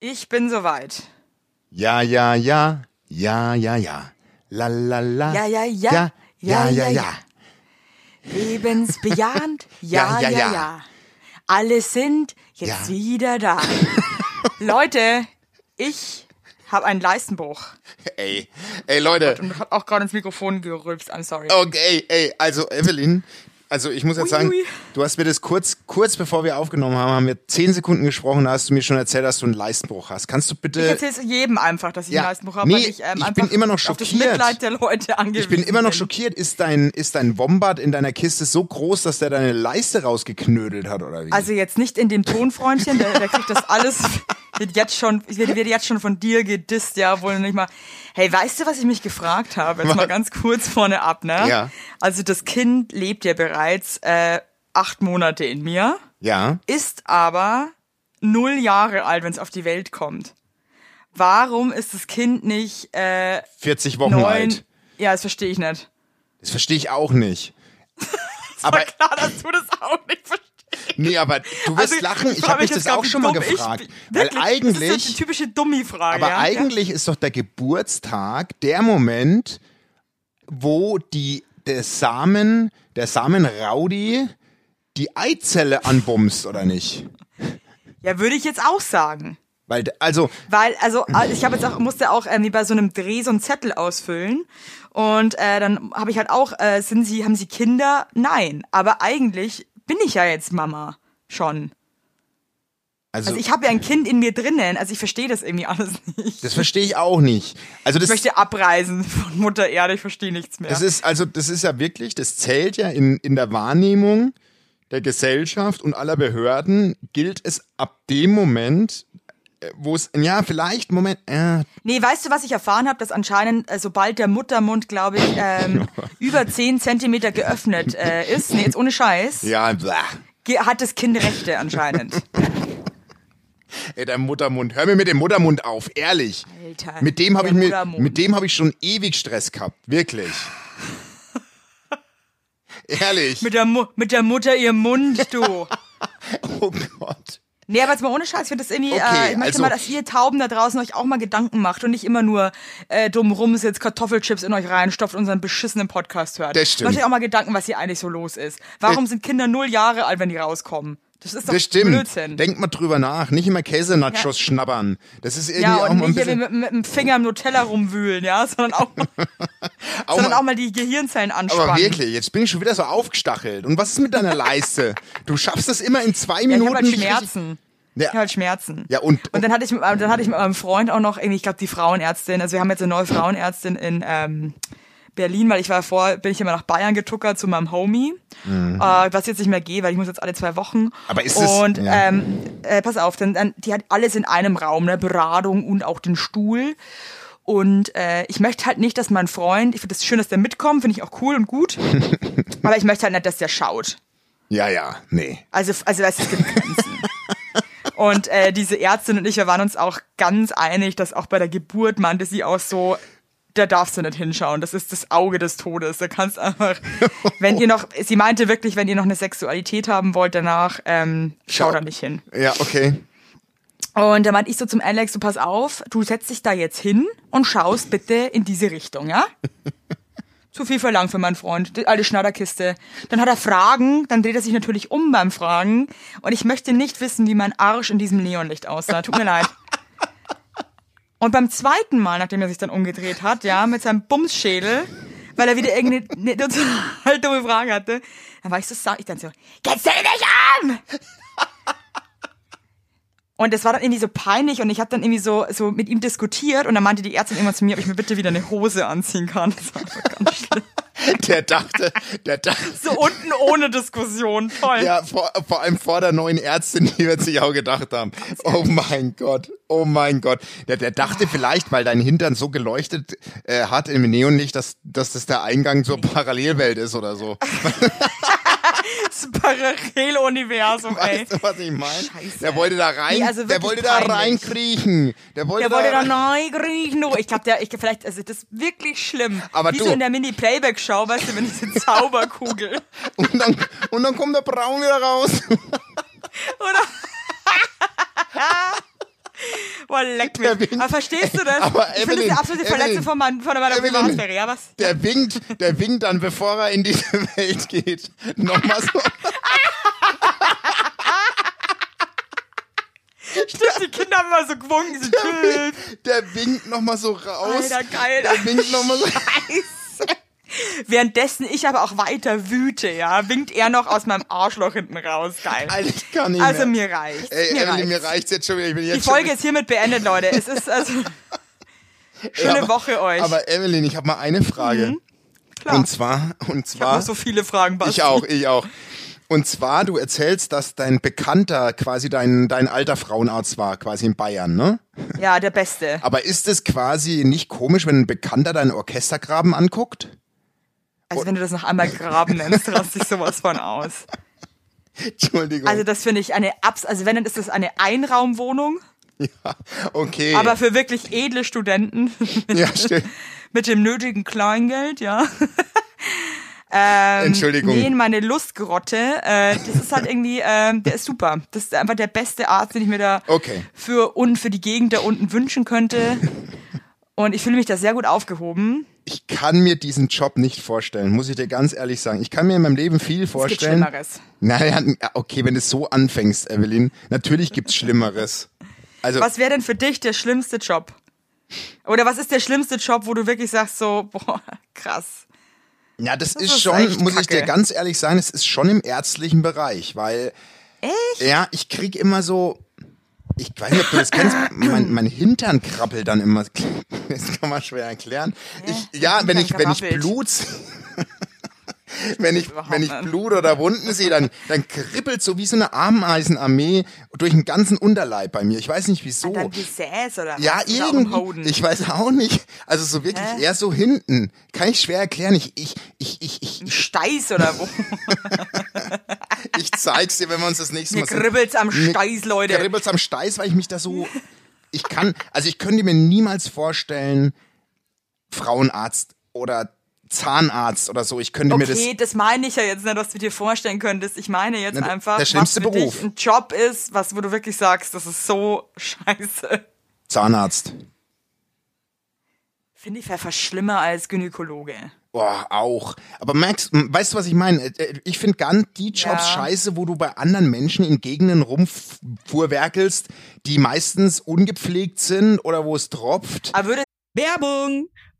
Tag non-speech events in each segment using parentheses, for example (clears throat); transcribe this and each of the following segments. Ich bin soweit. Ja, ja, ja, ja, ja, ja. La, la, la. Ja, ja, ja. Ja, ja, ja, ja. (laughs) Lebensbejahend? Ja, ja, ja. ja. Alle sind jetzt Ja. wieder (laughs) da. Leute, ich habe einen Leistenbruch. Ey, ey, Leute. Und hab auch gerade ins Mikrofon gerülpst, I'm sorry. Okay, ey, also Evelyn, also ich muss jetzt Ui, sagen, ui. du hast mir das kurz, kurz bevor wir aufgenommen haben, haben wir zehn Sekunden gesprochen, da hast du mir schon erzählt, dass du einen Leistenbruch hast. Kannst du Ich bitte, erzähle es jedem einfach, dass ich äh, Ja, einen Leistenbruch habe, nee, weil ich, ähm, ich einfach bin immer noch auf das schockiert. Mitleid der Leute angewiesen ich bin immer noch schockiert, ist dein, ist dein Wombat in deiner Kiste so groß, dass der deine Leiste rausgeknödelt hat oder wie? Also jetzt nicht in dem Ton, Freundchen, der, der kriegt das alles, wird jetzt schon, wird, wird jetzt schon von dir gedisst, ja, wohl nicht mal. Hey, weißt du, was ich mich gefragt habe? Jetzt mal ganz kurz vorne ab, ne? Ja. Also das Kind lebt ja bereits äh, acht Monate in mir, ja. ist aber null Jahre alt, wenn es auf die Welt kommt. Warum ist das Kind nicht äh, 40 Wochen neun? alt. Ja, das verstehe ich nicht. Das verstehe ich (laughs) auch nicht. aber War klar, dass du das auch nicht verstehst. nee, aber du wirst Also, lachen. Ich frage habe mich jetzt das ganz auch schon mal dumm. Ich gefragt, bin- wirklich, Das weil ist so die eigentlich typische Dummi-Frage. aber ja? eigentlich ist doch der Geburtstag der Moment, wo die der Samen, der Samen Raudi die Eizelle anbumst oder nicht? Ja, würde ich jetzt auch sagen. Weil also Weil, also, äh, ich habe jetzt auch, musste auch irgendwie bei so einem Dreh so einen Zettel ausfüllen. Und äh, dann habe ich halt auch, äh, sind sie, haben sie Kinder? Nein. Aber eigentlich bin ich ja jetzt Mama schon. also, Also ich habe ja ein Kind in mir drinnen, also ich verstehe das irgendwie (laughs) alles nicht. das verstehe ich auch nicht. Also das Ich möchte abreisen von Mutter Erde, ich verstehe nichts mehr. Das ist also, das ist ja wirklich, das zählt ja in, in der Wahrnehmung der Gesellschaft und aller Behörden gilt es ab dem Moment, äh, wo es, ja, vielleicht, Moment, äh, Nee, weißt du, was ich erfahren habe, dass anscheinend, äh, sobald der Muttermund, glaube ich, (laughs) ähm, über 10 Zentimeter geöffnet äh, ist, nee, jetzt ohne Scheiß, ja, blah. ge- hat das Kind Rechte anscheinend. Ey, dein Muttermund, hör mir mit dem Muttermund auf, ehrlich. Alter, mit dem habe der ich mir, Muttermund. mit dem habe ich schon ewig Stress gehabt, (laughs) wirklich. ehrlich. Mit der, Mu mit der Mutter ihrem Mund, (laughs) du. oh Gott. Nee, aber jetzt mal ohne Scheiß, ich finde das irgendwie, Okay, äh, ich möchte also- mal, dass ihr Tauben da draußen euch auch mal Gedanken macht und nicht immer nur äh, dumm rumsitzt, Kartoffelchips in euch reinstopft und unseren beschissenen Podcast hört. Das stimmt. Äh, Macht euch auch mal Gedanken, was hier eigentlich so los ist. Warum sind Kinder null Jahre alt, wenn die rauskommen? Das ist doch Das stimmt. Blödsinn. Denkt mal drüber nach. Nicht immer Käsenachos Ja. schnabbern. Das ist irgendwie Ja, auch und mal ein nicht hier bisschen. mit, mit dem Finger im Nutella rumwühlen, ja, sondern (laughs) auch mal, sondern mal- auch mal die Gehirnzellen anspannen. Aber wirklich, jetzt bin ich schon wieder so aufgestachelt. Und was ist mit (laughs) deiner Leiste? Du schaffst das immer in zwei Ja, ich Minuten. habe halt mich richtig- Schmerzen. Ich Ja, habe halt Schmerzen. ja und, Und dann hatte ich mit, meinem- dann hatte ich mit meinem Freund auch noch irgendwie, ich glaube die Frauenärztin, also wir haben jetzt eine neue Frauenärztin in ähm, Berlin, weil ich war vor, bin ich immer nach Bayern getuckert zu meinem Homie, äh, was jetzt nicht mehr geht, weil ich muss jetzt alle zwei Wochen. Mhm. Aber ist es- Und ja. ähm, äh, pass auf, dann, dann, die hat alles in einem Raum, ne, Beratung und auch den Stuhl. Und äh, ich möchte halt nicht, dass mein Freund, ich finde es das schön, dass der mitkommt, finde ich auch cool und (laughs) gut, aber ich möchte halt nicht, dass der schaut. ja, ja, nee. Also, also weißt du, es gibt Grenzen. und äh, diese Ärztin und ich, wir waren uns auch ganz einig, dass auch bei der Geburt meinte sie auch so, da darfst du nicht hinschauen. Das ist das Auge des Todes. Da kannst einfach, wenn ihr noch, sie meinte wirklich, wenn ihr noch eine Sexualität haben wollt danach, ähm, schau Schau. da nicht hin. Ja, okay. Und da meinte ich so zum Alex, so pass auf, du setzt dich da jetzt hin und schaust bitte in diese Richtung, ja? Zu viel verlangt für meinen Freund, die alte Schnatterkiste. Dann hat er Fragen, dann dreht er sich natürlich um beim Fragen. Und ich möchte nicht wissen, wie mein Arsch in diesem Neonlicht aussah. Tut mir leid. Und beim zweiten Mal, nachdem er sich dann umgedreht hat, ja, mit seinem Bumsschädel, weil er wieder irgendeine (laughs) eine total dumme Frage hatte, dann war ich so sauer. Ich dann so, jetzt dreh dich an! Und das war dann irgendwie so peinlich und ich habe dann irgendwie so, so mit ihm diskutiert und dann meinte die Ärztin irgendwann zu mir, ob ich mir bitte wieder eine Hose anziehen kann. Das war so ganz schlimm. Der dachte, der dachte. So unten ohne Diskussion. Toll. Ja, vor, vor allem vor der neuen Ärztin, die wird sich auch gedacht haben. Oh mein Gott, oh mein Gott. Der, der dachte vielleicht, weil dein Hintern so geleuchtet äh, hat im Neonlicht, dass, dass das der Eingang zur Parallelwelt ist (laughs) oder so. Das Paralleluniversum, ey. Weißt du, was ich meine? Scheiße. Der wollte da rein, Nee, also wirklich der wollte da peinlich. reinkriechen. Der wollte, Der wollte da da neu kriechen. Oh, Ich glaube, der, ich vielleicht, also das ist wirklich schlimm. Aber Wie du- so in der Mini-Playback-Show, weißt du, wenn (laughs) diese Zauberkugel. Und dann, und dann kommt der Braun wieder raus. Oder? Boah, leck Der mich. winkt. Aber verstehst du das? Aber ich finde das Evelyn, eine absolute Verletzung Evelyn, von, mein, von meiner Evelyn. Privatsphäre, ja was? Der winkt, der winkt dann, bevor er in diese Welt geht. Nochmal so. Stimmt, die Kinder haben immer so gewunken, diese Tschüss. Der winkt nochmal so raus. Alter, geil. Der winkt nochmal so. Scheiße. Währenddessen ich aber auch weiter wüte, ja, winkt er noch aus meinem Arschloch hinten raus. Geil. Alter, ich kann nicht Also mehr. mir reicht's. Ey, mir Evelyn, reicht's. mir reicht's jetzt schon wieder. Ich bin jetzt Die Folge schon ist hiermit beendet, Leute. Es ist (laughs) also schöne aber- Woche euch. Aber Evelyn, ich habe mal eine Frage. Mhm. Klar. Und zwar, und ich habe zwar, noch so viele Fragen, Basti. ich auch, ich auch. Und zwar, du erzählst, dass dein Bekannter quasi dein, dein alter Frauenarzt war, quasi in Bayern, ne? Ja, der Beste. Aber ist es quasi nicht komisch, wenn ein Bekannter deinen Orchestergraben anguckt? Also wenn du das noch einmal Graben (laughs) nennst, raste ich sowas von aus. Entschuldigung. Also das finde ich eine Abs... Also wenn, dann ist das eine Einraumwohnung, (laughs) ja, okay. aber für wirklich edle Studenten ja, stimmt. (laughs) mit dem nötigen Kleingeld, ja. Ähm, Entschuldigung. Nee, in meine Lustgrotte. Äh, das ist (laughs) halt irgendwie, ähm, der ist super. Das ist einfach der beste Arzt, den ich mir da Okay. für und für die Gegend da unten wünschen (laughs) könnte. Und ich fühle mich da sehr gut aufgehoben. Ich kann mir diesen Job nicht vorstellen, muss ich dir ganz ehrlich sagen. Ich kann mir in meinem Leben viel gibt vorstellen. Schlimmeres. Naja, okay, wenn du es so anfängst, Evelyn, natürlich gibt's Schlimmeres. Also, Was wäre denn für dich der schlimmste Job? Oder was ist der schlimmste Job, wo du wirklich sagst so, (laughs) boah, krass. ja, das, ist ist schon, echt muss ich Kacke. dir ganz ehrlich sagen, es ist schon im ärztlichen Bereich, weil. Echt? Ja, ich krieg immer so. Ich weiß nicht, ob du (clears throat) das kennst, mein, mein Hintern krabbelt dann immer. (laughs) Das kann man schwer erklären. Ich, ja, wenn Hintern ich, wenn ich krabbelt. Blut. (laughs) Wenn ich, Überhaupt wenn ich nicht. Blut oder Wunden sehe, dann, dann kribbelt so wie so eine Ameisenarmee durch den ganzen Unterleib bei mir. Ich weiß nicht wieso. Ah, Dann Gesäß oder Oh. Ja, was? Oder am Hoden? irgendwie. Ich weiß auch nicht. Also so wirklich Hä? eher so hinten. Kann ich schwer erklären. Ich, ich, ich, ich, ich, ich, Steiß oder wo? ich zeig's dir, wenn wir uns das nächste Mir Mal kribbelt's am Mir Steiß, Leute. Kribbelt's am Steiß, weil ich mich da so. Ich kann, also ich könnte mir niemals vorstellen, Frauenarzt oder Zahnarzt oder so. Ich könnte (laughs) mir das. Okay, das meine ich ja jetzt nicht, was du dir vorstellen könntest. Ich meine jetzt Na, der- einfach, der schlimmste was für Beruf. dich ein Job ist, was wo du wirklich sagst, das ist so (laughs) scheiße. Zahnarzt. Finde ich einfach schlimmer als Gynäkologe. Boah, auch. Aber Max, m, weißt du, was ich meine? Äh, äh, Ich finde ganz die Jobs Ja. scheiße, wo du bei anderen Menschen in Gegenden rumfuhrwerkelst, die meistens ungepflegt sind oder wo es tropft. Aber Also, würde Werbung!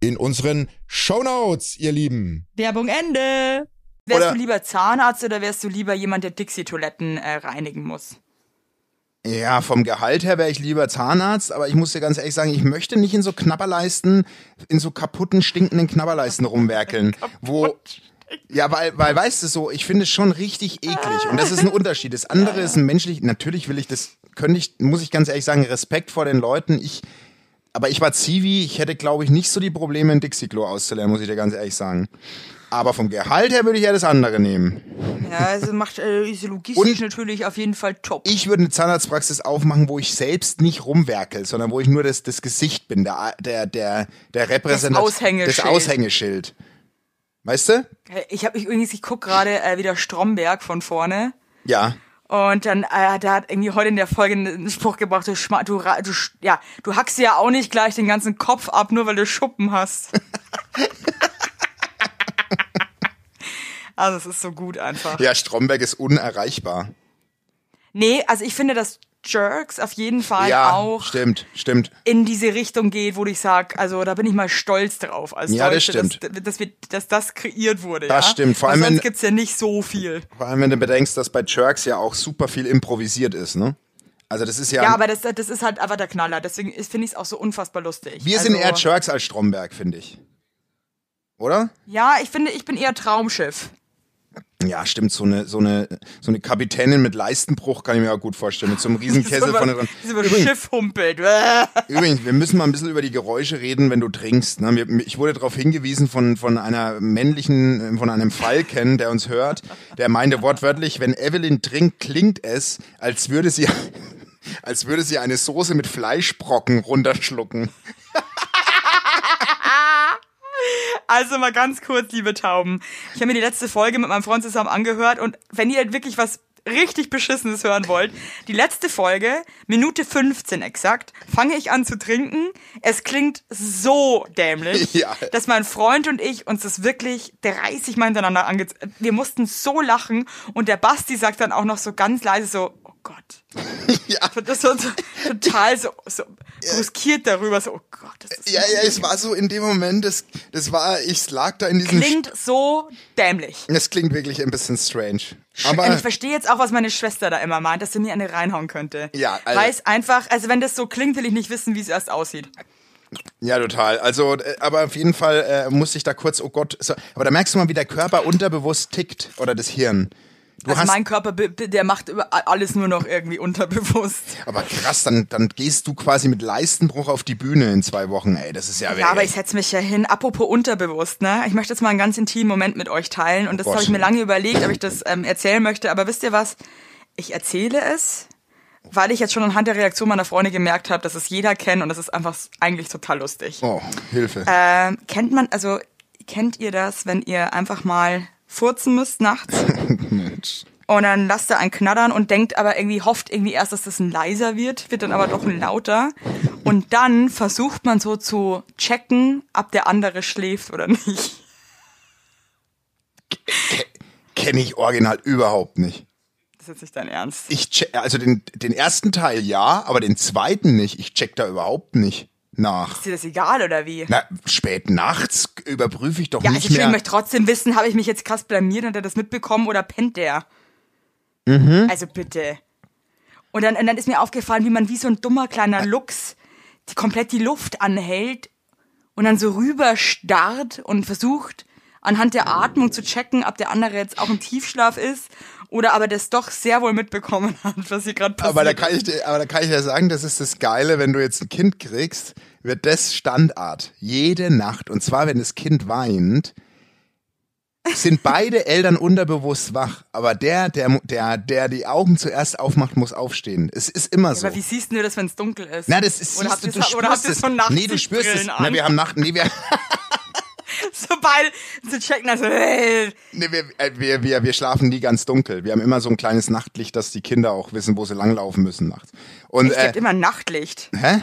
in unseren Shownotes, ihr Lieben. Werbung Ende. wärst Oder- du lieber Zahnarzt oder wärst du lieber jemand, der Dixie-Toiletten äh, reinigen muss? Ja, vom Gehalt her wäre ich lieber Zahnarzt, aber ich muss dir ganz ehrlich sagen, ich möchte nicht in so Knabberleisten, in so kaputten, stinkenden Knabberleisten (laughs) rumwerkeln, wo ja, weil, weil, weißt du so, ich finde es schon richtig eklig und das ist ein Unterschied. Das andere ist ein menschlich, natürlich will ich das, könnte ich, muss ich ganz ehrlich sagen, Respekt vor den Leuten. Ich, aber ich war Zivi, ich hätte, glaube ich, nicht so die Probleme, ein Dixie-Klo auszulernen, muss ich dir ganz ehrlich sagen. Aber vom Gehalt her würde ich ja das andere nehmen. Ja, also macht äh, diese logistisch Und- natürlich auf jeden Fall top. ich würde eine Zahnarztpraxis aufmachen, wo ich selbst nicht rumwerkel, sondern wo ich nur das, das Gesicht bin, der, der, der, der Repräsentant. Das Aushängeschild. Das Aushängeschild. Weißt du? Ich habe ich übrigens, ich guck gerade äh, wieder Stromberg von vorne. Ja. Und dann, äh, da hat irgendwie heute in der Folge einen Spruch gebracht, du, Schma du, ra- du, sch- ja, du hackst dir ja auch nicht gleich den ganzen Kopf ab, nur weil du Schuppen hast. (laughs) also es ist so gut einfach. Ja, Stromberg ist unerreichbar. Nee, also ich finde, dass Jerks auf jeden Fall ja, auch stimmt, stimmt. in diese Richtung geht, wo ich sag, also da bin ich mal stolz drauf. Als Ja, das Deutsche, stimmt. Dass, dass, wir, dass das kreiert wurde. Das ja? stimmt, vor Weil allem in- sonst gibt's ja nicht so viel. Vor allem, wenn du bedenkst, dass bei Jerks ja auch super viel improvisiert ist, ne? Also das ist ja... Ja, aber das, das ist halt einfach der Knaller. Deswegen finde ich es auch so unfassbar lustig. wir also, sind eher Jerks als Stromberg, finde ich. Oder? Ja, ich finde, ich bin eher Traumschiff. Ja, stimmt. So eine, so eine, so eine Kapitänin mit Leistenbruch kann ich mir auch gut vorstellen. Mit (laughs) so einem riesen Kessel über, von dran. über Schiff humpelt. Bäh. Übrigens, wir müssen mal ein bisschen über die Geräusche reden, wenn du trinkst. Ne? Mir- Ich wurde darauf hingewiesen von, von einer männlichen, äh, von einem Falken, der uns hört. Der meinte wortwörtlich, wenn Evelyn trinkt, klingt es, als würde sie, (laughs) als würde sie eine Soße mit Fleischbrocken runterschlucken. Also mal ganz kurz, liebe Tauben. Ich habe mir die letzte Folge mit meinem Freund zusammen angehört und wenn ihr halt wirklich was richtig Beschissenes hören wollt, die letzte Folge, Minute 15 exakt, fange ich an zu trinken. Es klingt so dämlich, (laughs) Ja. dass mein Freund und ich uns das wirklich 30 Mal hintereinander ange... Wir mussten so lachen und der Basti sagt dann auch noch so ganz leise so, oh Gott. (laughs) Ja. Das war so, total so, so bruskiert darüber, so, oh Gott, das ist Ja, ja, es war so in dem Moment, das, das war, ich lag da in diesem... klingt so dämlich. das klingt wirklich ein bisschen strange. Und Aber ich verstehe jetzt auch, was meine Schwester da immer meint, dass sie mir eine reinhauen könnte. Ja, also. also- Weil es einfach, also wenn das so klingt, will ich nicht wissen, wie es erst aussieht. Ja, total. Also, äh, aber auf jeden Fall äh, musste ich da kurz, oh Gott, so, aber da merkst du mal, wie der Körper unterbewusst tickt oder das Hirn. Du Also hast, mein Körper, be- be- der macht über- alles nur noch irgendwie unterbewusst. aber krass, dann, dann gehst du quasi mit Leistenbruch auf die Bühne in zwei Wochen, ey, das ist ja, Ja, aber ich setze mich ja hin. Apropos unterbewusst, ne? Ich möchte jetzt mal einen ganz intimen Moment mit euch teilen und das Gott. habe ich mir lange überlegt, ob ich das ähm, erzählen möchte. Aber wisst ihr was? Ich erzähle es, weil ich jetzt schon anhand der Reaktion meiner Freunde gemerkt habe, dass es jeder kennt und das ist einfach eigentlich total lustig. Oh, Hilfe. Ähm, kennt man, also kennt ihr das, wenn ihr einfach mal furzen müsst nachts Mensch. und dann lasst ihr einen knattern und denkt aber irgendwie, hofft irgendwie erst, dass das ein leiser wird, wird dann aber doch ein lauter. Und dann versucht man so zu checken, ob der andere schläft oder nicht. (laughs) Kenne ich original überhaupt nicht. Das ist jetzt nicht dein Ernst. Ich check, also den, den ersten Teil ja, aber den zweiten nicht. Ich check da überhaupt nicht nach. Ist dir das egal oder wie? Na, spät nachts überprüfe ich doch ja, also nicht ich will- mehr. möchte trotzdem wissen, habe ich mich jetzt krass blamiert, hat er das mitbekommen oder pennt der? Mhm. Also bitte. Und dann, und dann ist mir aufgefallen, wie man wie so ein dummer kleiner Luchs die komplett die Luft anhält und dann so rüber starrt und versucht, anhand der Atmung zu checken, ob der andere jetzt auch im Tiefschlaf ist oder aber das doch sehr wohl mitbekommen hat, was hier gerade passiert. Aber da, kann ich, dir- aber da kann ich ja sagen, das ist das Geile, wenn du jetzt ein Kind kriegst, wird das Standard. Jede Nacht. Und zwar, wenn das Kind weint, sind beide Eltern unterbewusst wach. Aber der, der, der, der die Augen zuerst aufmacht, muss aufstehen. Es ist immer so. aber wie siehst denn du das, wenn es dunkel ist? Na, das ist, oder siehst habt du, ihr du es- spürst oder habt ihr es es. von Nacht nee, du spürst es. an? (laughs) Na, wir haben Nacht, nee, wir, so beide zu checken, also äh, nee, wir, äh, wir, wir, wir schlafen nie ganz dunkel. Wir haben immer so ein kleines Nachtlicht, dass die Kinder auch wissen, wo sie langlaufen müssen nachts. Und, es gibt äh, immer Nachtlicht. hä?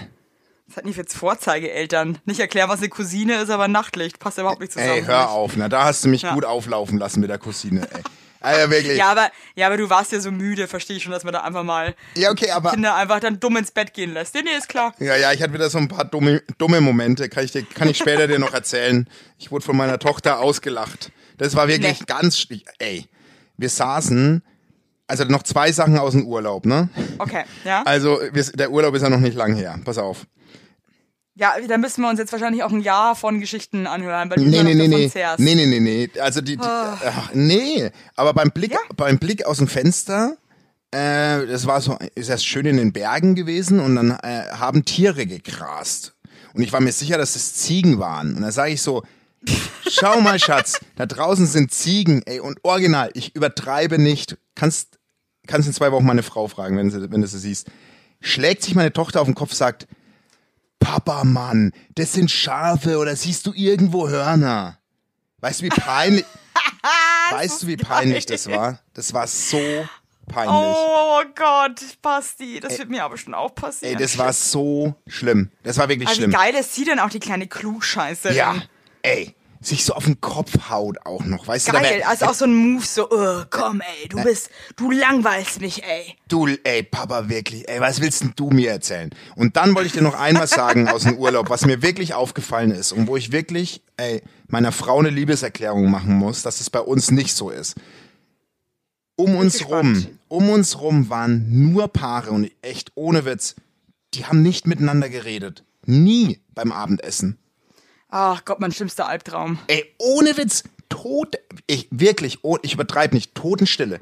Das hatten die jetzt Vorzeigeeltern. Nicht erklären, was eine Cousine ist, aber Nachtlicht. Passt ja überhaupt nicht zusammen. Ey, hör auf, na, da hast du mich Ja. gut auflaufen lassen mit der Cousine, ey. Alter, wirklich. Ja Ja, aber, ja, aber du warst ja so müde, verstehe ich schon, dass man da einfach mal okay, aber. Kinder einfach dann dumm ins Bett gehen lässt. Nee, nee, ist klar. Ja, ja, ich hatte wieder so ein paar dumme, dumme Momente. Kann ich, dir, kann ich später dir noch erzählen. Ich wurde von meiner Tochter ausgelacht. Das war wirklich Nee. ganz. sch- Ey, wir saßen. Also noch zwei Sachen aus dem Urlaub, ne? Okay, ja. Also wir, der Urlaub ist ja noch nicht lang her. Pass auf. Ja, da müssen wir uns jetzt wahrscheinlich auch ein Jahr von Geschichten anhören, weil du Nee, immer nee, noch nee, davon nee. zehrst. Nee, nee, nee, nee. Also die, die ach, nee, aber beim Blick, Ja. beim Blick aus dem Fenster, äh, das war so, ist das schön in den Bergen gewesen und dann äh, haben Tiere gegrast. Und ich war mir sicher, dass es Ziegen waren. Und da sage ich so, schau mal, (laughs) Schatz, da draußen sind Ziegen, ey, und original, ich übertreibe nicht. Kannst, kannst in zwei Wochen meine Frau fragen, wenn, sie, wenn du sie siehst. Schlägt sich meine Tochter auf den Kopf, sagt, Papa, Mann, das sind Schafe oder siehst du irgendwo Hörner? Weißt du, (laughs) wie peinlich. weißt du, wie peinlich das war? Das war so peinlich. Oh Gott, Basti, das wird mir aber schon auch passieren. Ey, das war so schlimm. Das war wirklich aber schlimm. Ah, wie geil ist sie denn auch, die kleine Klugscheißerin? Ja, ey. Sich so auf den Kopf haut auch noch, weißt du? da Geil, wär- also auch so ein Move, so, oh, komm ey, du bist, du langweilst mich ey. Du, ey, Papa, wirklich, ey, was willst denn du mir erzählen? Und dann wollte ich dir noch einmal sagen aus dem Urlaub, was mir wirklich aufgefallen ist und wo ich wirklich, ey, meiner Frau eine Liebeserklärung machen muss, dass es bei uns nicht so ist. Um uns rum, gespannt. um uns rum waren nur Paare und echt ohne Witz, die haben nicht miteinander geredet. Nie beim Abendessen. Ach Gott, mein schlimmster Albtraum. Ey, ohne Witz, tot, ich, wirklich, oh, ich übertreibe nicht, Totenstille.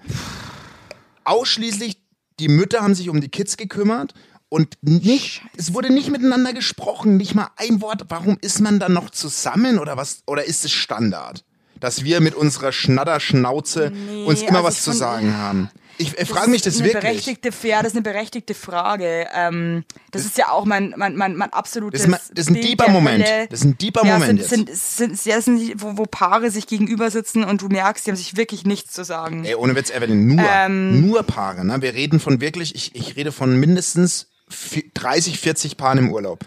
Ausschließlich die Mütter haben sich um die Kids gekümmert und nicht, es wurde nicht miteinander gesprochen, nicht mal ein Wort. Warum ist man dann noch zusammen oder was? Oder ist es Standard, dass wir mit unserer Schnadderschnauze uns immer also was ich zu fand- sagen haben? Ich, ich frage mich das eine wirklich. Berechtigte, ja, das ist eine berechtigte Frage. Ähm, das, ist ja auch mein, mein, mein, mein absolutes. Das ist ma- das ist ein Bild deeper der Moment. Hölle. Das ist ein deeper ja, Moment Sind, sind, sind, ja, sind, wo, wo Paare sich gegenüber sitzen und du merkst, die haben sich wirklich nichts zu sagen. Ey, ohne Witz, Evelyn, nur, Ähm. nur Paare. Ne? Wir reden von wirklich, ich, ich rede von mindestens vi- 30, 40 Paaren im Urlaub.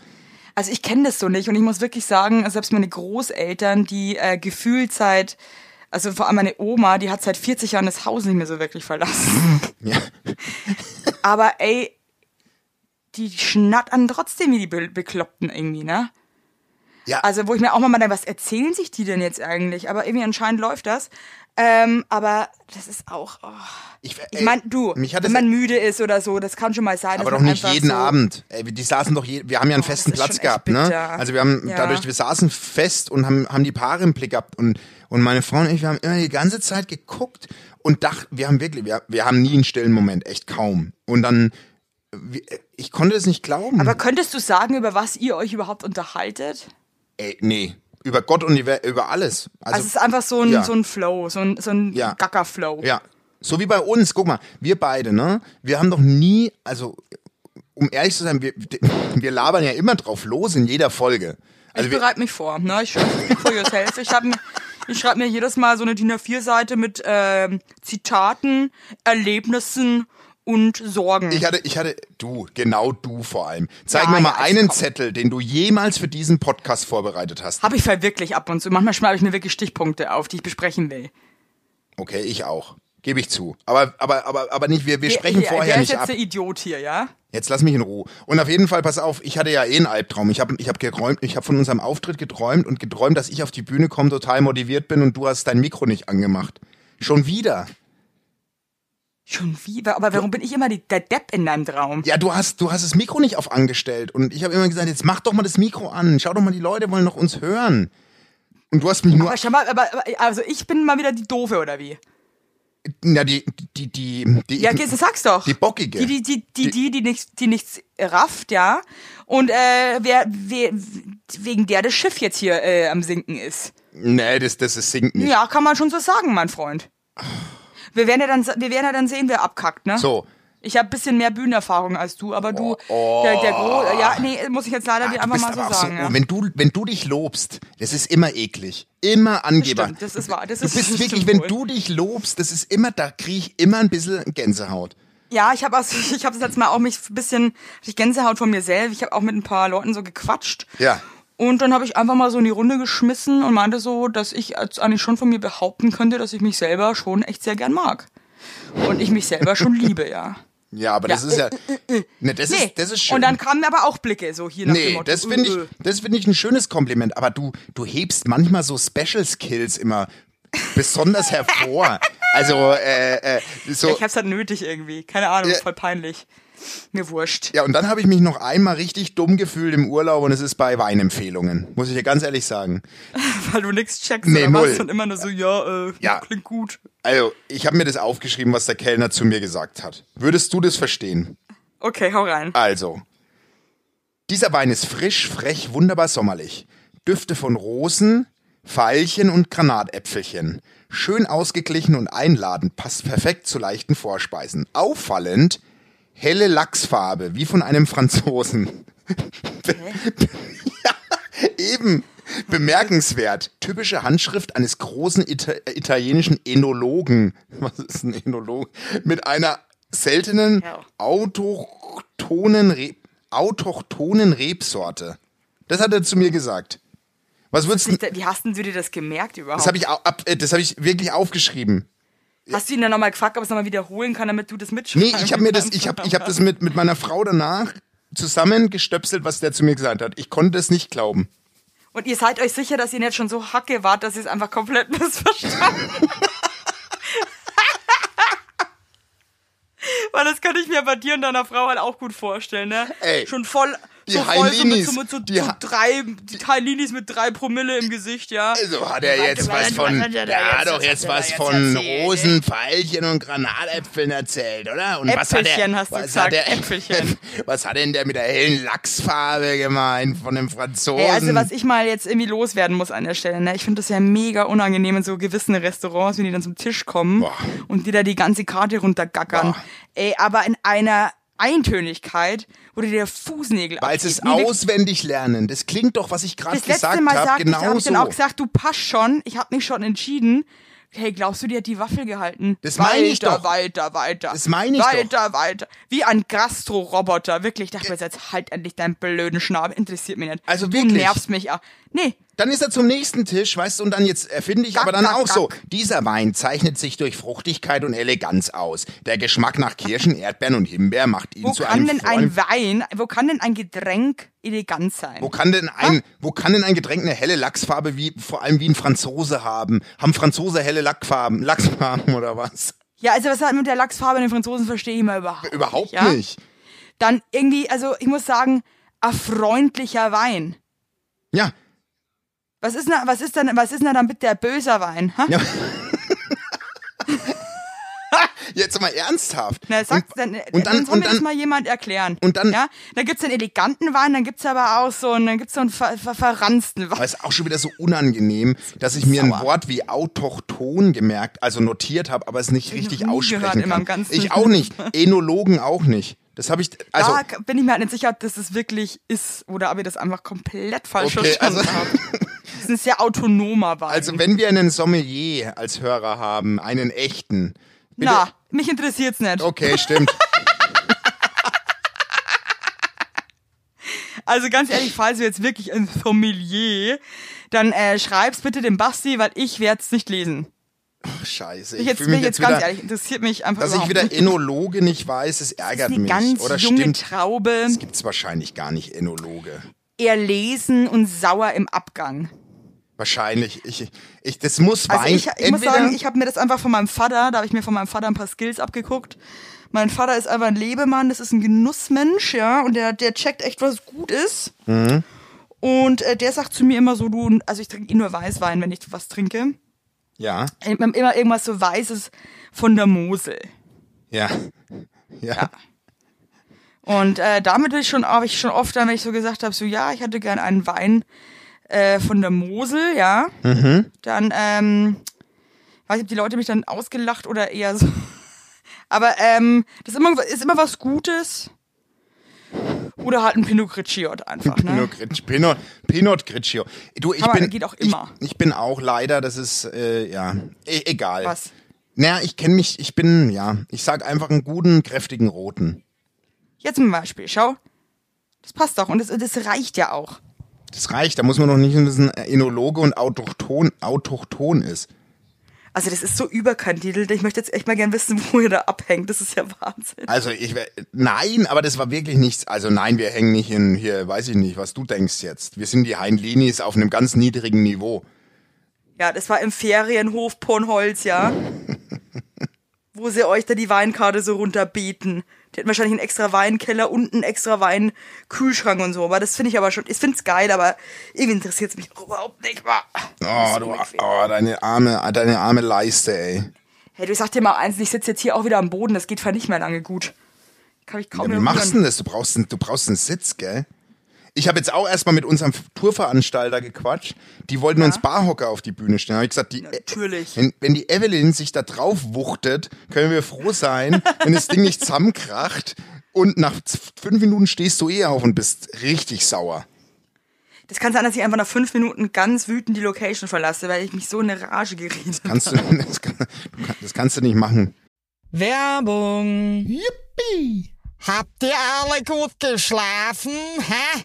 Also ich kenne das so nicht und ich muss wirklich sagen, selbst meine Großeltern, die äh, gefühlt seit, also vor allem meine Oma, die hat seit 40 Jahren das Haus nicht mehr so wirklich verlassen. (laughs) Ja. Aber ey, die schnattern trotzdem wie die Be Bekloppten irgendwie, ne? Ja, Also wo ich mir auch mal denke, was erzählen sich die denn jetzt eigentlich? Aber irgendwie anscheinend läuft das. Ähm, aber das ist auch, oh. ich, ich ey, meine, du, mich hat wenn das, man müde ist oder so, das kann schon mal sein. aber dass doch man nicht einfach jeden so, Abend. Ey, wir- die saßen doch, je, wir haben ja einen Oh, festen das ist schon Platz echt gehabt, ne? bitter. Also wir haben Ja. dadurch, wir saßen fest und haben, haben die Paare im Blick gehabt und, und meine Frau und ich, wir haben immer die ganze Zeit geguckt und dachten, wir haben wirklich, wir, wir haben nie einen stillen Moment, echt kaum. Und dann, äh, wir- ich konnte es nicht glauben. Aber könntest du sagen, über was ihr euch überhaupt unterhaltet? Ey, nee. Über Gott und die Welt, über alles. Also, Also, es ist einfach so ein, ja. so ein Flow, so ein, so ein Ja. Gacker-Flow. Ja. So wie bei uns, guck mal, wir beide, ne? Wir haben doch nie, also, um ehrlich zu sein, wir, wir labern ja immer drauf los in jeder Folge. Also ich wir, bereite mich vor. Ne? Ich for yourself. Ich, hab mir- ich schreibe mir jedes Mal so eine DIN A4-Seite mit ähm, Zitaten, Erlebnissen und Sorgen. Ich hatte, ich hatte, du, genau du vor allem. Zeig Ja, mir mal ja, also einen komm. Zettel, den du jemals für diesen Podcast vorbereitet hast. Habe ich verwirklicht ab und zu. Manchmal schreibe ich mir wirklich Stichpunkte auf, die ich besprechen will. Okay, ich auch. Gebe ich zu. Aber, aber, aber, aber nicht, wir, wir sprechen der, der, vorher der nicht ist jetzt ab. der Idiot hier, ja? Jetzt lass mich in Ruhe. Und auf jeden Fall, pass auf, ich hatte ja eh einen Albtraum. Ich habe ich hab geträumt, ich habe von unserem Auftritt geträumt und geträumt, dass ich auf die Bühne komme, total motiviert bin und du hast dein Mikro nicht angemacht. Schon wieder. Schon wie? Aber warum bin ich immer die, der Depp in deinem Traum? Ja, du hast, du hast das Mikro nicht auf angestellt. Und ich habe immer gesagt, jetzt mach doch mal das Mikro an. Schau doch mal, die Leute wollen noch uns hören. Und du hast mich nur Aber schau mal, aber, aber, also ich bin mal wieder die Doofe, oder wie? Na, die, die, die, die, Ja, Gäste, sag's doch. Die bockige. Die, die, die, die, die, die, nichts, die nichts rafft, ja. Und äh, wer, wer, wegen der das Schiff jetzt hier äh, am Sinken ist. nee, das, das ist sinkt nicht. Ja, kann man schon so sagen, mein Freund. Wir werden ja dann, wir werden ja dann sehen, wer abkackt, ne? So. Ich habe ein bisschen mehr Bühnenerfahrung als du, aber du, Oh. der, der Gro ja, nee, muss ich jetzt leider Ah, dir du einfach bist mal so aber auch sagen. so, ja. wenn du, wenn du dich lobst, das ist immer eklig. Immer Angeber. Stimmt, das ist wahr. Das Du ist bist das wirklich, stimmt wenn wohl. du dich lobst, das ist immer, da kriege ich immer ein bisschen Gänsehaut. Ja, ich habe also, (laughs) ich habe das letzte Mal auch mich ein bisschen hatte ich Gänsehaut von mir selbst. Ich habe auch mit ein paar Leuten so gequatscht. Ja. Und dann habe ich einfach mal so in die Runde geschmissen und meinte so, dass ich jetzt eigentlich schon von mir behaupten könnte, dass ich mich selber schon echt sehr gern mag. Und ich mich selber (laughs) schon liebe, ja. Äh, Ja, aber das Ja. ist ja, ne, das Nee. ist, das ist schön. Und dann kamen aber auch Blicke so hier nach dem Nee, Motto. das finde äh, äh. ich, das finde ich ein schönes Kompliment. Aber du, du hebst manchmal so Special Skills immer besonders hervor. Also, äh, äh, so. Ich hab's halt nötig irgendwie. Keine Ahnung, Ja. voll peinlich. Mir wurscht. Ja, und dann habe ich mich noch einmal richtig dumm gefühlt im Urlaub und es ist bei Weinempfehlungen. Muss ich dir ganz ehrlich sagen. (laughs) Weil du nichts checkst Nee, oder null. was und immer nur so, ja, äh, Ja. klingt gut. Also, ich habe mir das aufgeschrieben, was der Kellner zu mir gesagt hat. Würdest du das verstehen? Okay, hau rein. Also, dieser Wein ist frisch, frech, wunderbar sommerlich. Düfte von Rosen, Veilchen und Granatäpfelchen. Schön ausgeglichen und einladend, passt perfekt zu leichten Vorspeisen. Auffallend, helle Lachsfarbe, wie von einem Franzosen. (laughs) ja, eben. Bemerkenswert. Typische Handschrift eines großen Ita italienischen Enologen. (laughs) Was ist ein Enologe? Mit einer seltenen Ja. autochthonen, Re autochthonen Rebsorte. Das hat er zu mir gesagt. Was würdest du. Wie hast denn du dir das gemerkt überhaupt? Das habe ich, au- ab, äh, das hab ich wirklich aufgeschrieben. hast du ihn dann nochmal gefragt, ob er es nochmal wiederholen kann, damit du das mitschreibst? Nee, ich habe mir das, ich hab, ich hab das mit, mit meiner Frau danach zusammengestöpselt, was der zu mir gesagt hat. Ich konnte es nicht glauben. Und ihr seid euch sicher, dass ihr nicht schon so hacke wart, dass ihr es einfach komplett (laughs) missverstanden Weil das kann ich mir bei dir und deiner Frau halt auch gut vorstellen, ne? Ey, schon voll, die so voll so mit, so Heinlinis, mit so, die so Ha- drei, die Heinlinis mit drei Promille im Gesicht, ja? Also hat er jetzt was von, der hat doch jetzt was von Rosen, Veilchen und Granatäpfeln erzählt, oder? Und was hat Äpfelchen er, hast du was hat gesagt, er, Äpfelchen. (laughs) was hat denn der mit der hellen Lachsfarbe gemeint von dem Franzosen? Ey, also was ich mal jetzt irgendwie loswerden muss an der Stelle, ne? Ich finde das ja mega unangenehm in so gewissen Restaurants, wenn die dann zum Tisch kommen Boah. und die da die ganze Karte runtergackern. Boah. Ey, aber in einer Eintönigkeit, wo dir der Fußnägel Weil abgeht. sie es Nee, wirklich, auswendig lernen. Das klingt doch, was ich gerade Das letzte gesagt Mal habe, sagte ich, genau hab ich dann so. auch gesagt, du passt schon, ich habe mich schon entschieden. Hey, glaubst du, die hat die Waffel gehalten? Das weiter, meine ich doch. Weiter, weiter, Das meine ich Weiter, weiter. Wie ein Gastro-Roboter. Wirklich, ich dachte mir jetzt, halt endlich deinen blöden Schnabel. Interessiert mich nicht. Also Du wirklich. nervst mich auch. Nee, Dann ist er zum nächsten Tisch, weißt du, und dann jetzt erfinde ich Gack, aber dann gack, auch so. gack. Dieser Wein zeichnet sich durch Fruchtigkeit und Eleganz aus. Der Geschmack nach Kirschen, Erdbeeren und Himbeer macht ihn Wo zu kann einem denn Freund- ein Wein, wo kann denn ein Getränk elegant sein? Wo kann denn ein, wo kann denn ein Getränk eine helle Lachsfarbe wie, vor allem wie ein Franzose haben? Haben Franzose helle Lackfarben, Lachsfarben oder was? Ja, also was hat mit der Lachsfarbe in den Franzosen verstehe ich mal überhaupt. Überhaupt ja? nicht. Dann irgendwie, also ich muss sagen, ein freundlicher Wein. Ja. Was ist denn, was ist denn, was ist denn dann bitte der böser Wein? Ha? ja. Jetzt mal ernsthaft. Na, sag's und, dann, und dann, dann soll und mir das dann, mal jemand erklären. und dann- ja? dann gibt's den eleganten Wein, dann gibt's aber auch so einen, dann gibt's so einen ver, ver, verranzten Aber Wein. es ist auch schon wieder so unangenehm, dass ich mir ein Sauer. Wort wie autochton gemerkt, also notiert habe, aber es nicht ich noch richtig nie gehört in aussprechen meinem kann. ganzen Ich auch nicht. Enologen auch nicht. Das habe ich, also, da bin ich mir halt nicht sicher, ob das es wirklich ist oder ob ihr das einfach komplett falsch Okay, verstanden also- habt. Das ist ein sehr autonomer Wein. also wenn wir einen Sommelier als Hörer haben, einen echten. bitte- Na, mich interessiert's nicht. Okay, (laughs) stimmt. Also ganz ehrlich, falls du jetzt wirklich ein Sommelier, dann äh, schreib's bitte dem Basti, weil ich werd's nicht lesen. Scheiße. Ich Ich, jetzt fühl bin mich ich jetzt jetzt ganz wieder, ehrlich, interessiert mich einfach dass ich überhaupt wieder nicht. Enologe nicht weiß, es ärgert Das ist eine mich. ganz Oder junge stimmt? Traube, Gibt's wahrscheinlich gar nicht Enologe. eher lesen und sauer im Abgang. Wahrscheinlich. Ich, ich, das muss Also Wein. ich, ich muss entweder- sagen, ich habe mir das einfach von meinem Vater, da habe ich mir von meinem Vater ein paar Skills abgeguckt. Mein Vater ist einfach ein Lebemann, das ist ein Genussmensch, ja, und der, der checkt echt, was gut ist. Mhm. Und äh, der sagt zu mir immer so, du, also ich trinke eh nur Weißwein, wenn ich was trinke. ja, immer immer irgendwas so Weißes von der Mosel. ja, ja. Und äh, damit bin ich schon, habe ich schon oft, dann, wenn ich so gesagt habe, so ja, ich hätte gern einen Wein äh, von der Mosel, ja, dann ähm, weiß ich, ob die Leute mich dann ausgelacht oder eher so. (laughs) Aber ähm, das ist immer, ist immer was Gutes. Oder halt ein Pinot Grigio einfach, ne? Pinot, Grigio- Pinot, Pinot Grigio. Du, ich Aber bin, geht auch immer. Ich, ich bin auch leider, das ist, äh, ja, e egal. Was? Naja, ich kenne mich, ich bin, ja, ich sag einfach einen guten, kräftigen Roten. Jetzt zum Beispiel, schau. Das passt doch und das, das reicht ja auch. Das reicht, da muss man noch nicht wissen, äh, Enologe und Autochton, Autochton ist. Also das ist so überkandidelt. Ich möchte jetzt echt mal gern wissen, (laughs) wo ihr da abhängt. Das ist ja Wahnsinn. Also ich wär- nein, aber das war wirklich nichts. Also nein, wir hängen nicht in hier, weiß ich nicht, was du denkst jetzt. Wir sind die Heinlinis auf einem ganz niedrigen Niveau. Ja, das war im Ferienhof Pornholz, (laughs) ja. wo sie euch da die Weinkarte so runterbeten. Die hatten wahrscheinlich einen extra Weinkeller und einen extra Weinkühlschrank und so. Aber das finde ich aber schon, ich finde es geil, aber irgendwie interessiert es mich auch überhaupt nicht. Mal. Oh, du, oh, deine arme, deine arme Leiste, ey. Hey, du sag dir mal eins, ich sitze jetzt hier auch wieder am Boden. Das geht für nicht mehr lange gut. Kann ich kaum Ja, wie noch machst du rühren. denn das? Du brauchst, einen- du brauchst einen Sitz, gell? Ich habe jetzt auch erstmal mit unserem Tourveranstalter gequatscht. Die wollten uns Barhocker auf die Bühne stellen. Da habe ich gesagt, die, Äh, äh, Natürlich. Wenn, wenn die Evelyn sich da drauf wuchtet, können wir froh sein, wenn das Ding nicht zusammenkracht. Und nach z- fünf Minuten stehst du eh auf und bist richtig sauer. Das kann sein, dass ich einfach nach fünf Minuten ganz wütend die Location verlasse, weil ich mich so in eine Rage geredet habe. (laughs) Kannst du, das, kann, du kann- das kannst du nicht machen. Werbung. Yippie! Habt ihr alle gut geschlafen? Hä?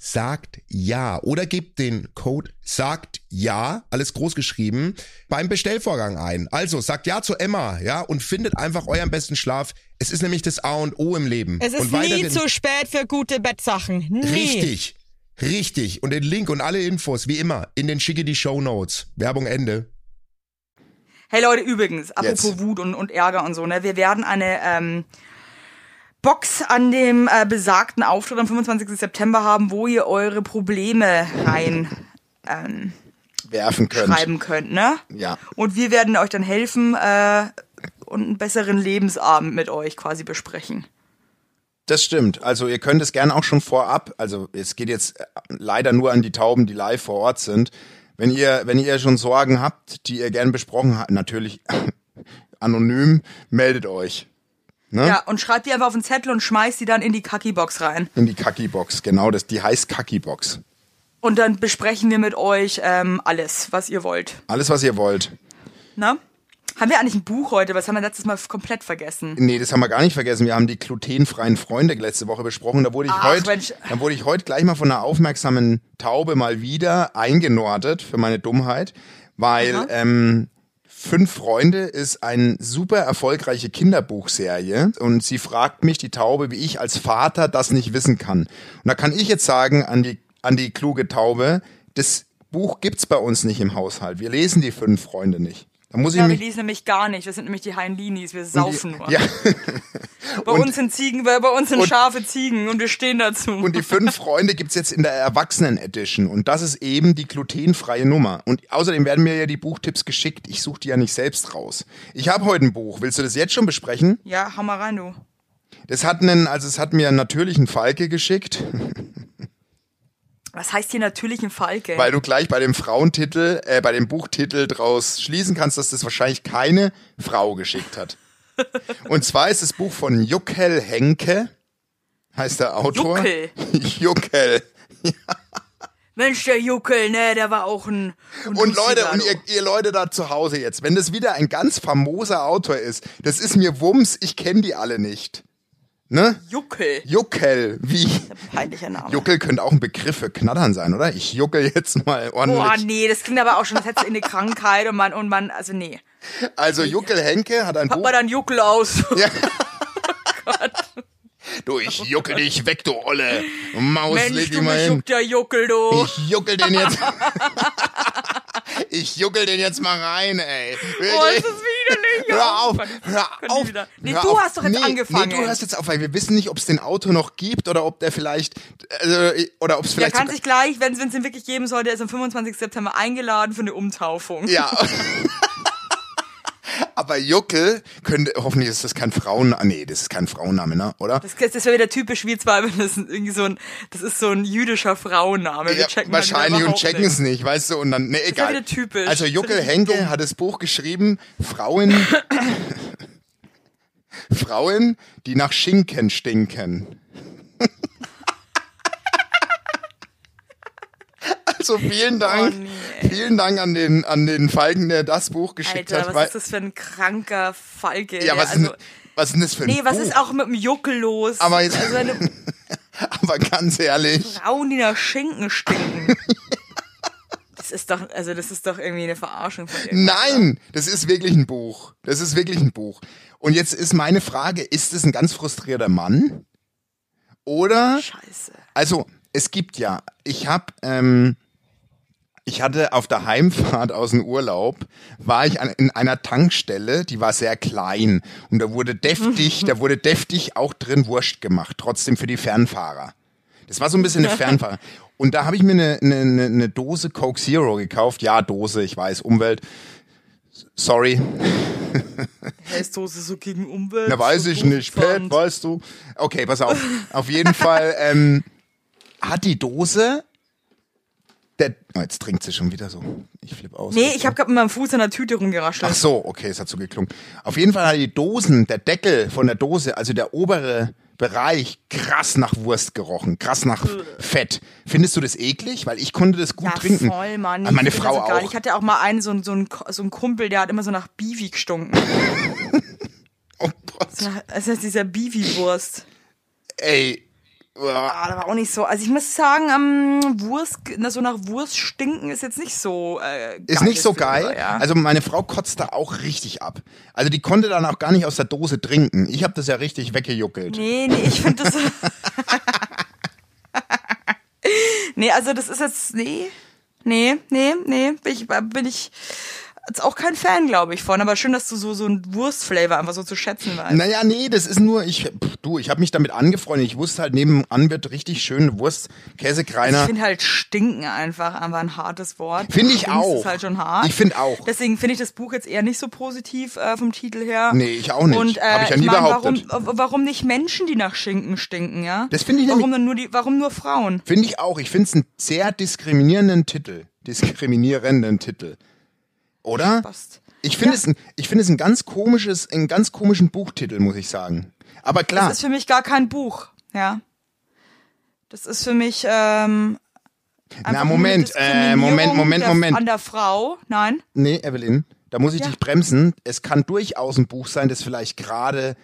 sagt ja oder gebt den Code sagt ja, alles groß geschrieben, beim Bestellvorgang ein. Also sagt ja zu Emma, ja, und findet einfach euren besten Schlaf. Es ist nämlich das A und O im Leben. Es ist und nie weiterhin- zu spät für gute Bettsachen. Nie. Richtig. Richtig. Und den Link und alle Infos, wie immer, in den schicke die Show Notes. Werbung Ende. Hey Leute, übrigens, apropos Jetzt. Wut und, und Ärger und so, ne? Wir werden eine ähm, Box an dem äh, besagten Auftritt am 25. September haben, wo ihr eure Probleme rein ähm, Werfen können. schreiben könnt, ne? Ja. Und wir werden euch dann helfen äh, und einen besseren Lebensabend mit euch quasi besprechen. Das stimmt. Also ihr könnt es gerne auch schon vorab, also es geht jetzt äh, leider nur an die Tauben, die live vor Ort sind. Wenn ihr, wenn ihr schon Sorgen habt, die ihr gerne besprochen habt, natürlich (laughs) anonym, meldet euch Ne? Ja, und schreibt die einfach auf den Zettel und schmeißt die dann in die Kaki-Box rein. in die Kaki-Box. Genau, das, die heißt Kaki-Box. Und dann besprechen wir mit euch ähm, alles, was ihr wollt. Alles, was ihr wollt. Na? Haben wir eigentlich ein Buch heute? Was haben wir letztes Mal komplett vergessen? Nee, das haben wir gar nicht vergessen. Wir haben die glutenfreien Freunde letzte Woche besprochen. Da wurde ich Ach, heute, Mensch. dann wurde ich heute gleich mal von einer aufmerksamen Taube mal wieder eingenordet für meine Dummheit, weil ähm, Fünf Freunde ist eine super erfolgreiche Kinderbuchserie und sie fragt mich, die Taube, wie ich als Vater das nicht wissen kann. Und da kann ich jetzt sagen an die, an die kluge Taube, das Buch gibt's bei uns nicht im Haushalt. Wir lesen die Fünf Freunde nicht. Da muss ich Ja, wir mich lesen nämlich gar nicht. Wir sind nämlich die Heinlinis. Wir saufen nur. ja, bei uns sind Ziegen, weil bei uns sind und- scharfe Ziegen und wir stehen dazu. Und die fünf Freunde gibt's jetzt in der Erwachsenen-Edition. Und das ist eben die glutenfreie Nummer. Und außerdem werden mir ja die Buchtipps geschickt. Ich suche die ja nicht selbst raus. Ich habe heute ein Buch. Willst du das jetzt schon besprechen? ja, hau mal rein, du. Das hat einen, also es hat mir natürlich einen Falke geschickt, Was heißt hier natürlich ein Falke? weil du gleich bei dem Frauentitel, äh, bei dem Buchtitel draus schließen kannst, dass das wahrscheinlich keine Frau geschickt hat. Und zwar ist das Buch von Juckel Henke, heißt der Autor. Juckel. (laughs) Juckel. Mensch, der Juckel, ne, der war auch ein. ein Und Leute, Luciano. und ihr, ihr Leute da zu Hause jetzt, wenn das wieder ein ganz famoser Autor ist, das ist mir Wumms, ich kenne die alle nicht. Ne? Juckel. Juckel, wie? Peinlicher Name. Juckel könnte auch ein Begriff für Knattern sein, oder? Ich juckel jetzt mal Boah, ordentlich. Ah, nee, das klingt aber auch schon, als hättest du eine Krankheit und man, und man, also nee. Also Juckel Henke hat ein Pack Buch. mal dann Juckel aus. Du, ich juckel dich weg, du Olle. Maus, Mensch, leg du dich mal hin. mich der Juckel, du. Ich juckel den jetzt. ich juckel den jetzt mal rein, ey. Oh, ist das widerlich. Hör auf, Mann. hör Können auf. die wieder. Nee, hör du auf. hast doch jetzt angefangen. Nee, du hörst jetzt auf, weil wir wissen nicht, ob es den Autor noch gibt oder ob der vielleicht, äh, oder ob es Der vielleicht... kann sogar- sich gleich, wenn es ihn wirklich geben soll, der ist am 25. September eingeladen für eine Umtaufung. ja. (laughs) Aber Juckel könnte, hoffentlich ist das kein Frauen, ah, nee, das ist kein Frauenname, ne, oder? Das, das wäre wieder typisch wir zwei, wenn das irgendwie so ein, das ist so ein jüdischer Frauenname. Wir Ja, checken mal wieder wahrscheinlich und überhaupt checken es nicht, weißt du, und dann, ne, ja egal. wieder typisch. Also Das ist Juckel richtig Henke dumm. hat das Buch geschrieben, Frauen, (laughs) Frauen, die nach Schinken stinken. (laughs) also vielen Dank, Oh nee, vielen Dank an den, an den Falken, der das Buch geschickt Alter, hat. was ist das für ein kranker Falke? ja, der- was, ist, also, denn- was ist denn das für ein nee, was Buch? ist auch mit dem Juckel los? Aber jetzt- also eine Aber ganz ehrlich, Frauen, die nach Schinken (laughs) stinken. das ist doch, also das ist doch irgendwie eine Verarschung von irgendwas. Nein, das ist wirklich ein Buch. Das ist wirklich ein Buch. Und jetzt ist meine Frage, ist es ein ganz frustrierter Mann? Oder, Scheiße. also, es gibt ja, ich habe, ähm, ich hatte auf der Heimfahrt aus dem Urlaub, war ich an, in einer Tankstelle, die war sehr klein. Und da wurde deftig, da wurde deftig auch drin Wurst gemacht, trotzdem für die Fernfahrer. Das war so ein bisschen eine Fernfahrt. Und da habe ich mir eine, eine, eine- eine Dose Coke Zero gekauft. Ja, Dose, ich weiß, Umwelt. Sorry, Heißt Dose so gegen Umwelt? na, weiß so ich nicht. Pat, Duftpfand. weißt du? Okay, pass auf. Auf jeden (laughs) Fall ähm, hat die Dose. Der, oh, jetzt trinkt sie schon wieder so. Ich flippe aus. Nee, ich habe gerade mit meinem Fuß an der Tüte rumgeraschelt. Ach so, okay, es hat so geklungen. Auf jeden Fall hat die Dosen, der Deckel von der Dose, also der obere Bereich, krass nach Wurst gerochen, krass nach Fett. Findest du das eklig? Weil ich konnte das gut Äh. ja, trinken. voll, Mann. Aber meine Ich find das Frau so geil. auch. Ich hatte auch mal einen, so, einen- so, einen, Ko- so einen Kumpel, der hat immer so nach Biwi gestunken. Oh, Gott. Nach- Das heißt, dieser Biwi-Wurst. Ey. Uah. Ah, da war auch nicht so. Also ich muss sagen, ähm, Wurst, na, so nach Wurst stinken ist jetzt nicht so äh, Ist geiles nicht so Flavor, geil. Ja. Also meine Frau kotzt da auch richtig ab. Also die konnte dann auch gar nicht aus der Dose trinken. Ich habe das ja richtig weggejuckelt. nee, nee, ich finde (laughs) das... nee, also das ist jetzt... Nee, nee, nee, nee. Bin ich, bin ich jetzt auch kein Fan, glaube ich, von. Aber schön, dass du so, so einen Wurstflavor einfach so zu schätzen weißt. Naja, nee, das ist nur, ich, pff, du, ich habe mich damit angefreundet. Ich wusste halt, nebenan wird richtig schön Wurst, Ich Käsekreiner. finde halt stinken einfach einfach ein hartes Wort. Finde ich Stinks auch. Ist halt schon hart. Ich finde auch. Deswegen finde ich das Buch jetzt eher nicht so positiv äh, vom Titel her. Nee, ich auch nicht. Und äh, Hab ich ja nie mein, behauptet. Warum, äh, warum nicht Menschen, die nach Schinken stinken, ja? Das finde ich warum nämlich- denn nur die, Warum nur Frauen? Finde ich auch. Ich finde es einen sehr diskriminierenden Titel. Diskriminierenden Titel. Oder? Passt. Ich finde es, ein- ich finde es ein ganz komisches, einen ganz komischen Buchtitel, muss ich sagen. Aber Das klar, ist für mich gar kein Buch, ja. Das ist für mich ähm, einfach nur eine Moment, äh, Moment, Diskriminierung Moment, der, Moment. An der Frau, nein. nee, Evelyn, da muss ich Ja. dich bremsen. Es kann durchaus ein Buch sein, das vielleicht gerade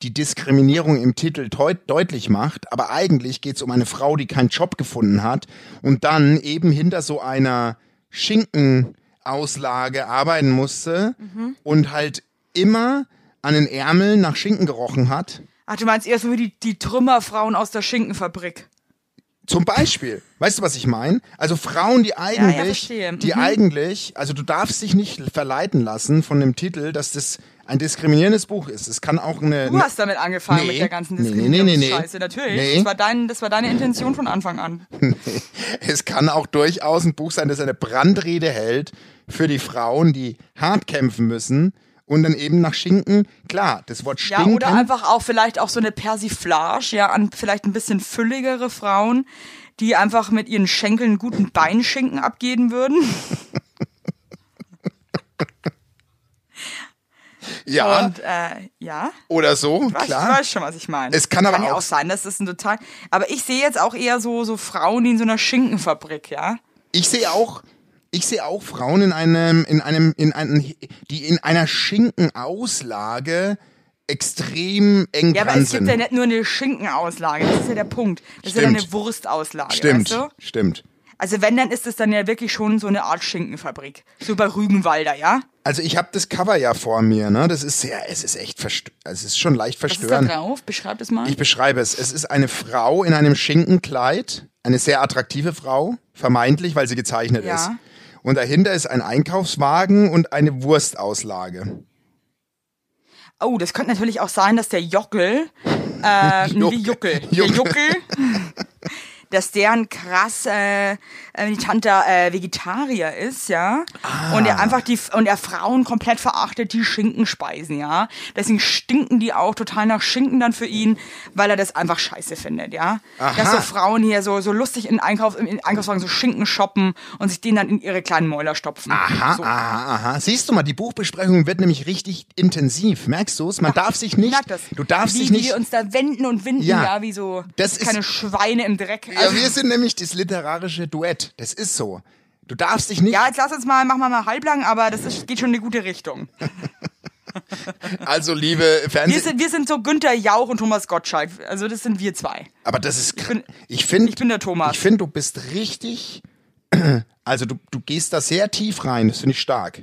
die Diskriminierung im Titel deut deutlich macht, aber eigentlich geht es um eine Frau, die keinen Job gefunden hat und dann eben hinter so einer Schinkenauslage arbeiten musste und halt immer an den Ärmeln nach Schinken gerochen hat. Ach, du meinst eher so wie die, die Trümmerfrauen aus der Schinkenfabrik. Zum Beispiel, weißt du, was ich meine? Also Frauen, die eigentlich, verstehe. die Mhm. eigentlich, also du darfst dich nicht verleiten lassen von dem Titel, dass das ein diskriminierendes Buch ist. Es kann auch eine, Du hast damit angefangen Nee. mit der ganzen Nee, nee, nee, nee, nee. Diskriminierungsscheiße, natürlich. Nee. Das, war dein, das war deine Intention von Anfang an. es kann auch durchaus ein Buch sein, das eine Brandrede hält für die Frauen, die hart kämpfen müssen und dann eben nach Schinken. Klar, das Wort Ja, Stinken. oder einfach auch vielleicht auch so eine Persiflage, ja, an vielleicht ein bisschen fülligere Frauen, die einfach mit ihren Schenkeln einen guten Beinschinken abgeben würden. ja, Und äh, ja, oder so, weiß, klar. weiß schon, was ich meine. Es kann aber ja auch- auch sein, dass das ein total. Aber ich sehe jetzt auch eher so, so Frauen, die in so einer Schinkenfabrik, ja. Ich sehe auch, ich sehe auch Frauen in einem, in einem, in einem, die in einer Schinkenauslage extrem eng Ja, aber dran es gibt sind. ja nicht nur eine Schinkenauslage, das ist ja der Punkt. Das ist ja Stimmt. eine Wurstauslage, stimmt, weißt du? stimmt. Also wenn, dann ist es dann ja wirklich schon so eine Art Schinkenfabrik. So bei Rügenwalder, ja? Also ich habe das Cover ja vor mir, ne? Das ist sehr, es ist echt verstörend. Es ist schon leicht Was ist da verstörend. drauf? Beschreib das mal. Ich beschreibe es. Es ist eine Frau in einem Schinkenkleid, eine sehr attraktive Frau, vermeintlich, weil sie gezeichnet Ja. ist. Und dahinter ist ein Einkaufswagen und eine Wurstauslage. Oh, das könnte (laughs) natürlich auch sein, dass der Jockel, äh, wie Juckel. Juckel, der Juckel. Juckel, dass der ein krass äh, äh, militanter äh, Vegetarier ist, ja. Ah. Und er einfach die und er Frauen komplett verachtet, die Schinken speisen, ja. Deswegen stinken die auch total nach Schinken dann für ihn, weil er das einfach scheiße findet, ja. Dass so Frauen hier so, so lustig in Einkauf, in Einkaufswagen so Schinken shoppen und sich den dann in ihre kleinen Mäuler stopfen. Aha, so. aha, aha. Siehst du mal, die Buchbesprechung wird nämlich richtig intensiv. Merkst du es? Man darf sich nicht. Ich merk das. Du darfst wie, dich nicht. Wie wir uns da wenden und winden, Ja. ja, wie so Das ist- keine Schweine im Dreck. Also, ja, wir sind nämlich das literarische Duett. Das ist so. Du darfst dich nicht. Ja, jetzt lass uns mal, machen wir mal halblang, aber das ist, geht schon in eine gute Richtung. Also, liebe Wir Fernseh. sind, wir sind so Günther Jauch und Thomas Gottschalk. Also das sind wir zwei. Aber das ist. kr- bin- Ich finde. ich bin der Thomas. Ich finde, du bist richtig. (clears throat) Also, du, du gehst da sehr tief rein. Das finde ich stark.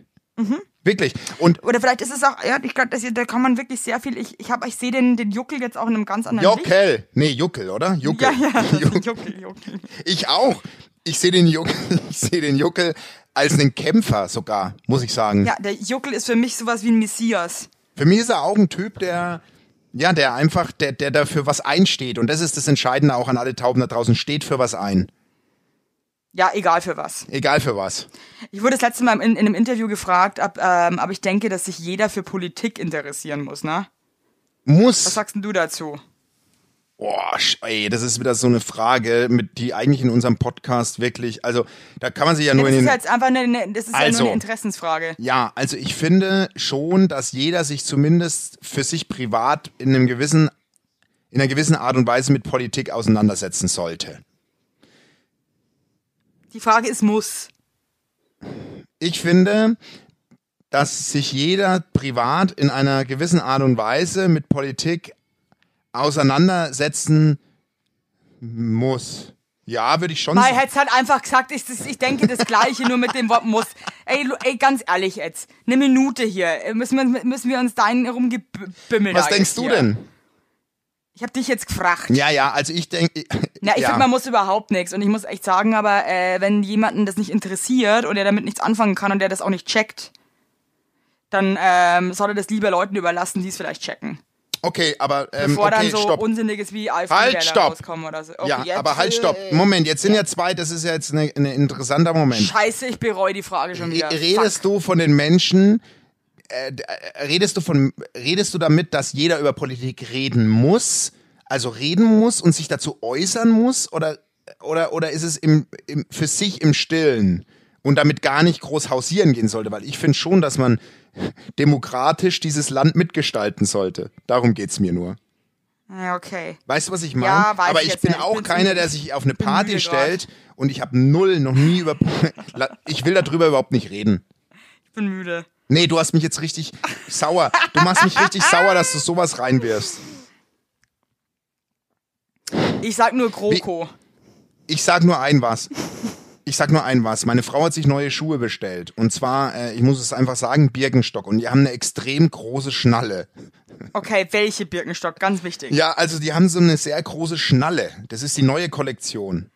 Wirklich. Und Mhm. Oder vielleicht ist es auch, ja, ich glaube, das- da kann man wirklich sehr viel. Ich, ich, hab- ich sehe den, den Juckel jetzt auch in einem ganz anderen Licht. Jockel. Nee, Juckel, oder? Juckel. Ja, (laughs) ja, Juckel. Juckel, Juckel. Ich auch. Ich sehe den Juckel, (laughs) ich sehe den Juckel als einen Kämpfer sogar, muss ich sagen. Ja, der Juckel ist für mich sowas wie ein Messias. Für mich ist er auch ein Typ, der ja, der einfach, der, der dafür was einsteht. Und das ist das Entscheidende auch an alle Tauben da draußen. Steht für was ein. Ja, egal für was. Egal für was. Ich wurde das letzte Mal in, in einem Interview gefragt, ob, ähm, aber ich denke, dass sich jeder für Politik interessieren muss, ne? Was Muss. sagst denn du dazu? Boah, sch- ey, das ist wieder so eine Frage, mit die eigentlich in unserem Podcast wirklich, also da kann man sich ja nur Das in ist halt- den. ja jetzt einfach eine, eine, das ist ja Also. nur eine Interessensfrage. Ja, also ich finde schon, dass jeder sich zumindest für sich privat in einem gewissen, in einer gewissen Art und Weise mit Politik auseinandersetzen sollte. Die Frage ist muss. Ich finde, dass sich jeder privat in einer gewissen Art und Weise mit Politik auseinandersetzen muss. Ja, würde ich schon Mai sagen. hätte halt einfach gesagt, ich, das- ich denke das Gleiche, nur mit dem Wort muss. Ey, Lu- ey ganz ehrlich jetzt, eine Minute hier, äh, müssen wir, müssen wir uns deinen rumgebimmeln. Was denkst du hier. denn? Ich habe dich jetzt gefragt. Ja, ja, also ich denke. Na, ich ja. finde, man muss überhaupt nichts. Und ich muss echt sagen, aber äh, wenn jemanden das nicht interessiert und er damit nichts anfangen kann und der das auch nicht checkt, dann ähm, soll er das lieber Leuten überlassen, die es vielleicht checken. Okay, aber ähm, Bevor okay, dann so stopp. Unsinniges wie Halt, AfD-Wähler stopp. rauskommen oder so. Okay, Ja, jetzt, äh, aber halt, stopp. Moment, jetzt sind ja zwei, das ist ja jetzt ein ne, interessanter Moment. Scheiße, ich bereue die Frage schon wieder. Re- Äh, Redest du von den Menschen, äh, d- äh, redest du von, redest du damit, dass jeder über Politik reden muss, also reden muss und sich dazu äußern muss, oder, oder, oder ist es im, im, für sich im Stillen und damit gar nicht groß hausieren gehen sollte? Weil ich finde schon, dass man demokratisch dieses Land mitgestalten sollte. Darum geht's mir nur. Ja, okay. Weißt du, was ich meine? Ja, weiß Aber ich ich jetzt bin nicht. Ich auch bin keiner, zu- der sich auf eine Party müde stellt und ich habe null, noch nie über. (laughs) La- ich will darüber überhaupt nicht reden. Ich bin müde. Nee, du hast mich jetzt richtig sauer. Du machst mich (laughs) richtig sauer, dass du sowas reinwirfst. Ich sag nur GroKo. Ich sag nur ein was. Ich sag nur ein was. Meine Frau hat sich neue Schuhe bestellt. Und zwar, äh, ich muss es einfach sagen, Birkenstock. Und die haben eine extrem große Schnalle. Okay, welche Birkenstock? Ganz wichtig. Ja, also die haben so eine sehr große Schnalle. Das ist die neue Kollektion.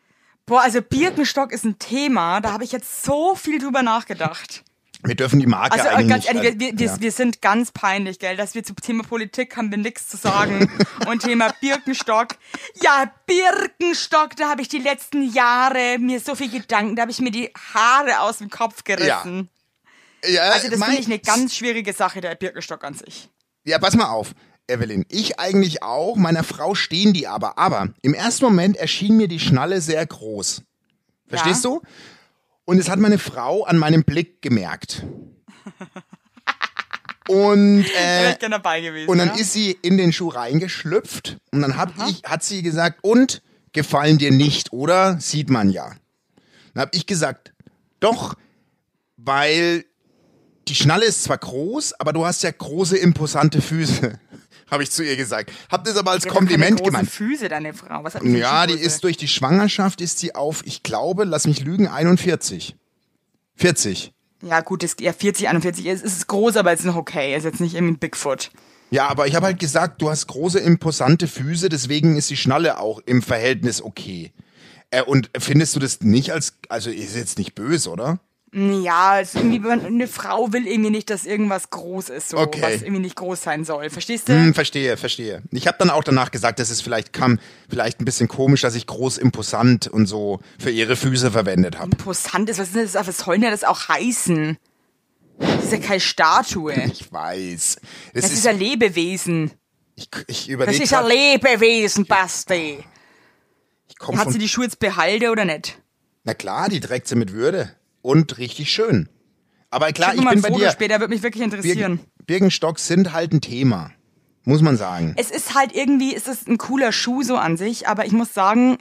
Boah, also Birkenstock ist ein Thema, da habe ich jetzt so viel drüber nachgedacht. Wir dürfen die Marke Also eigentlich ganz ehrlich, nicht, wir, wir, ja. wir sind ganz peinlich, gell, dass wir zum Thema Politik haben wir nichts zu (laughs) sagen. Und Thema Birkenstock. Ja, Birkenstock, da habe ich die letzten Jahre mir so viel Gedanken, da habe ich mir die Haare aus dem Kopf gerissen. Ja, Also das finde ich eine mein- ganz schwierige Sache, der Birkenstock an sich. Ja, pass mal auf, Evelyn. Ich eigentlich auch, meiner Frau stehen die aber. Aber im ersten Moment erschien mir die Schnalle sehr groß. Verstehst du? Und es hat meine Frau an meinem Blick gemerkt. Und, Da wäre äh, ich gerne dabei gewesen. und dann ja? ist sie in den Schuh reingeschlüpft und dann hab ich, hat sie gesagt, und gefallen dir nicht, oder? Sieht man ja. Dann habe ich gesagt, doch, weil die Schnalle ist zwar groß, aber du hast ja große, imposante Füße, (laughs) habe ich zu ihr gesagt. Hab das aber als Die hat doch keine Kompliment großen gemeint. Füße, deine Frau. Was hat die für Ja, die Schuhgröße? ist durch die Schwangerschaft, ist sie auf, ich glaube, lass mich lügen, 41. 40. Ja, gut, das, ja, 40, 41 ist, ist groß, aber ist noch okay. Ist jetzt nicht irgendwie ein Bigfoot. Ja, aber ich habe halt gesagt, du hast große, imposante Füße, deswegen ist die Schnalle auch im Verhältnis okay. Äh, und findest du das nicht als, also ist jetzt nicht böse, oder? Ja, es ist irgendwie, wenn- eine Frau will irgendwie nicht, dass irgendwas groß ist, so, Okay. was irgendwie nicht groß sein soll. Verstehst du? Hm, verstehe, verstehe. Ich habe dann auch danach gesagt, dass es vielleicht kam, vielleicht ein bisschen komisch, dass ich groß imposant und so für ihre Füße verwendet habe. Imposant ist, was, ist denn das, was soll denn das auch heißen? Das ist ja keine Statue. Ich weiß. Das, Das ist, ist ein Lebewesen. ich, Das ich überlege ist ein grad, Lebewesen, Basti. ich komm Hat von, sie die Schuhe jetzt behalte oder nicht? Na klar, die trägt sie mit Würde und richtig schön. Aber klar, Schick ich mir mal bin ein bei Foto dir. später, würde mich wirklich interessieren. Birken, Birkenstocks sind halt ein Thema, muss man sagen. Es ist halt irgendwie, es ist ein cooler Schuh so an sich, aber ich muss sagen,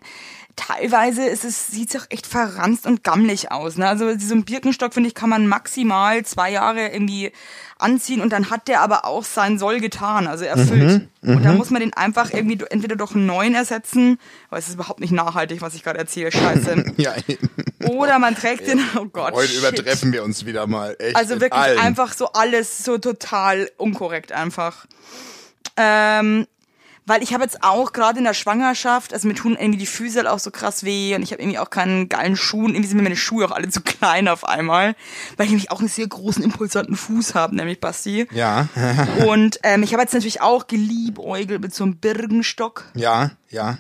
teilweise ist es, sieht es auch echt verranzt und gammelig aus. Ne? Also so einen Birkenstock, finde ich, kann man maximal zwei Jahre irgendwie anziehen und dann hat der aber auch sein Soll getan, also erfüllt. Mhm, und dann muss man den einfach irgendwie do- entweder durch einen neuen ersetzen, aber es ist überhaupt nicht nachhaltig, was ich gerade erzähle, (laughs) scheiße. Ja, Oder man trägt den, oh Gott, heute shit. übertreffen wir uns wieder mal. Echt Also in wirklich allen. einfach so alles so total unkorrekt einfach. Ähm, weil ich habe jetzt auch gerade in der Schwangerschaft, also mir tun irgendwie die Füße halt auch so krass weh und ich habe irgendwie auch keinen geilen Schuh und irgendwie sind mir meine Schuhe auch alle zu klein auf einmal, weil ich nämlich auch einen sehr großen, impulsanten Fuß habe, nämlich Basti. Ja, Und ähm, ich habe jetzt natürlich auch geliebäugelt mit so einem Birkenstock. ja, ja.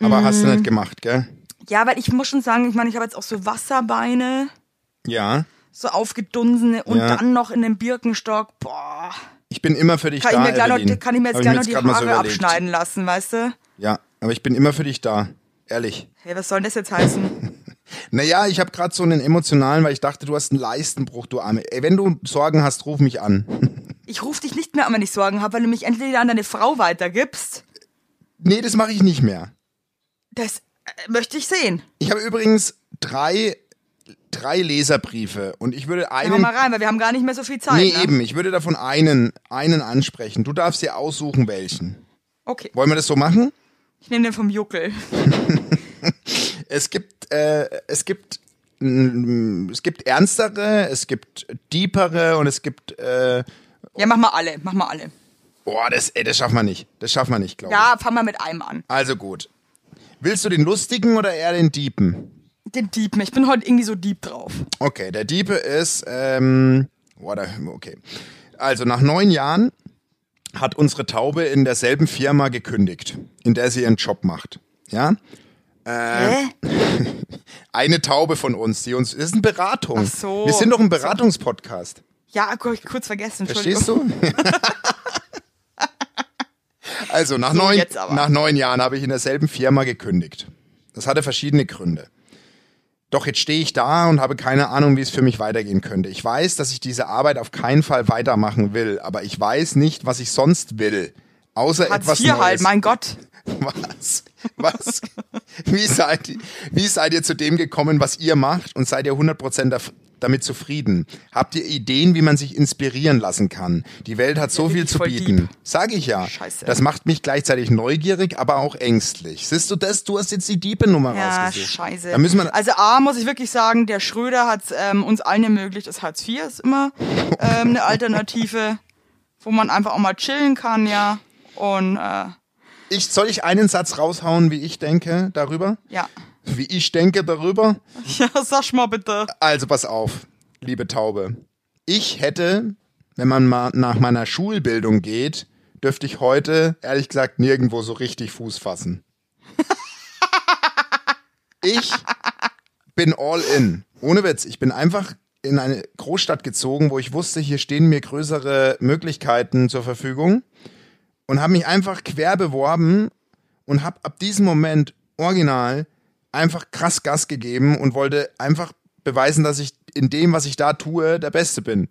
Aber hast Mm. du nicht gemacht, gell? Ja, weil ich muss schon sagen, ich meine, ich habe jetzt auch so Wasserbeine, Ja. so aufgedunsene und Ja. dann noch in den Birkenstock. Boah. Ich bin immer für dich kann, da. ich mir gleich noch, Evelyn. kann ich mir jetzt Hab gleich noch die grad mal so Haare überlegt. abschneiden lassen, weißt du? Ja, aber ich bin immer für dich da. Ehrlich. Hey, was soll denn das jetzt heißen? (laughs) Naja, ich habe gerade so einen emotionalen, weil ich dachte, du hast einen Leistenbruch, du Arme. Ey, wenn du Sorgen hast, ruf mich an. (laughs) Ich rufe dich nicht mehr an, wenn ich Sorgen habe, weil du mich entweder an deine Frau weitergibst. Nee, das mache ich nicht mehr. Das äh, möchte ich sehen. Ich habe übrigens drei, drei Leserbriefe und ich würde Dann hau einen. mal rein, weil wir haben gar nicht mehr so viel Zeit. Nee, ne? eben, ich würde davon einen, einen ansprechen. Du darfst dir aussuchen, welchen. Okay, Wollen wir das so machen? ich nehme den vom Juckel. Es gibt, äh, es gibt, mm, es gibt ernstere, es gibt deepere und es gibt, äh, Ja, mach mal alle, mach mal alle. boah, das, ey, das schaffen wir nicht. Das schaffen wir nicht, glaube ich. Ja, fang mal mit einem an. Also gut. Willst du den lustigen oder eher den Diepen? Den Dieb, ich bin heute irgendwie so Dieb drauf. Okay, der Diepe ist, ähm, boah, da, okay. Also nach neun Jahren hat unsere Taube in derselben Firma gekündigt, in der sie ihren Job macht. Ja? Ähm. Hä? Eine Taube von uns, die uns, das ist eine Beratung. Ach so. Wir sind doch ein Beratungspodcast. Ja, hab ich kurz vergessen, Verstehst Entschuldigung. du? (laughs) also, nach, neun, jetzt aber. nach neun Jahren habe ich in derselben Firma gekündigt. Das hatte verschiedene Gründe. Doch jetzt stehe ich da und habe keine Ahnung, wie es für mich weitergehen könnte. Ich weiß, dass ich diese Arbeit auf keinen Fall weitermachen will, aber ich weiß nicht, was ich sonst will. Außer Hartz etwas IV Neues. halt, mein Gott. Was? Was? Wie seid, ihr- wie seid ihr zu dem gekommen, was ihr macht und seid ihr 100% daf- damit zufrieden? Habt ihr Ideen, wie man sich inspirieren lassen kann? Die Welt hat so bin viel ich zu voll bieten. deep. Sag ich ja. Scheiße. Das macht mich gleichzeitig neugierig, aber auch ängstlich. Siehst du das? Du hast jetzt die Diebe-Nummer Ja, rausgesucht. scheiße. Da müssen wir, also A, muss ich wirklich sagen, der Schröder hat ähm, uns allen ermöglicht, das Hartz IV ist immer ähm, eine Alternative, wo man einfach auch mal chillen kann, ja. Und äh, ich, soll ich einen Satz raushauen, wie ich denke darüber? ja. Wie ich denke darüber? Ja, sag mal bitte. Also pass auf, liebe Taube. Ich hätte, wenn man mal nach meiner Schulbildung geht, dürfte ich heute, ehrlich gesagt, nirgendwo so richtig Fuß fassen. Ich bin all in. Ohne Witz, ich bin einfach in eine Großstadt gezogen, wo ich wusste, hier stehen mir größere Möglichkeiten zur Verfügung und habe mich einfach quer beworben und habe ab diesem Moment original einfach krass Gas gegeben und wollte einfach beweisen, dass ich in dem, was ich da tue, der Beste bin.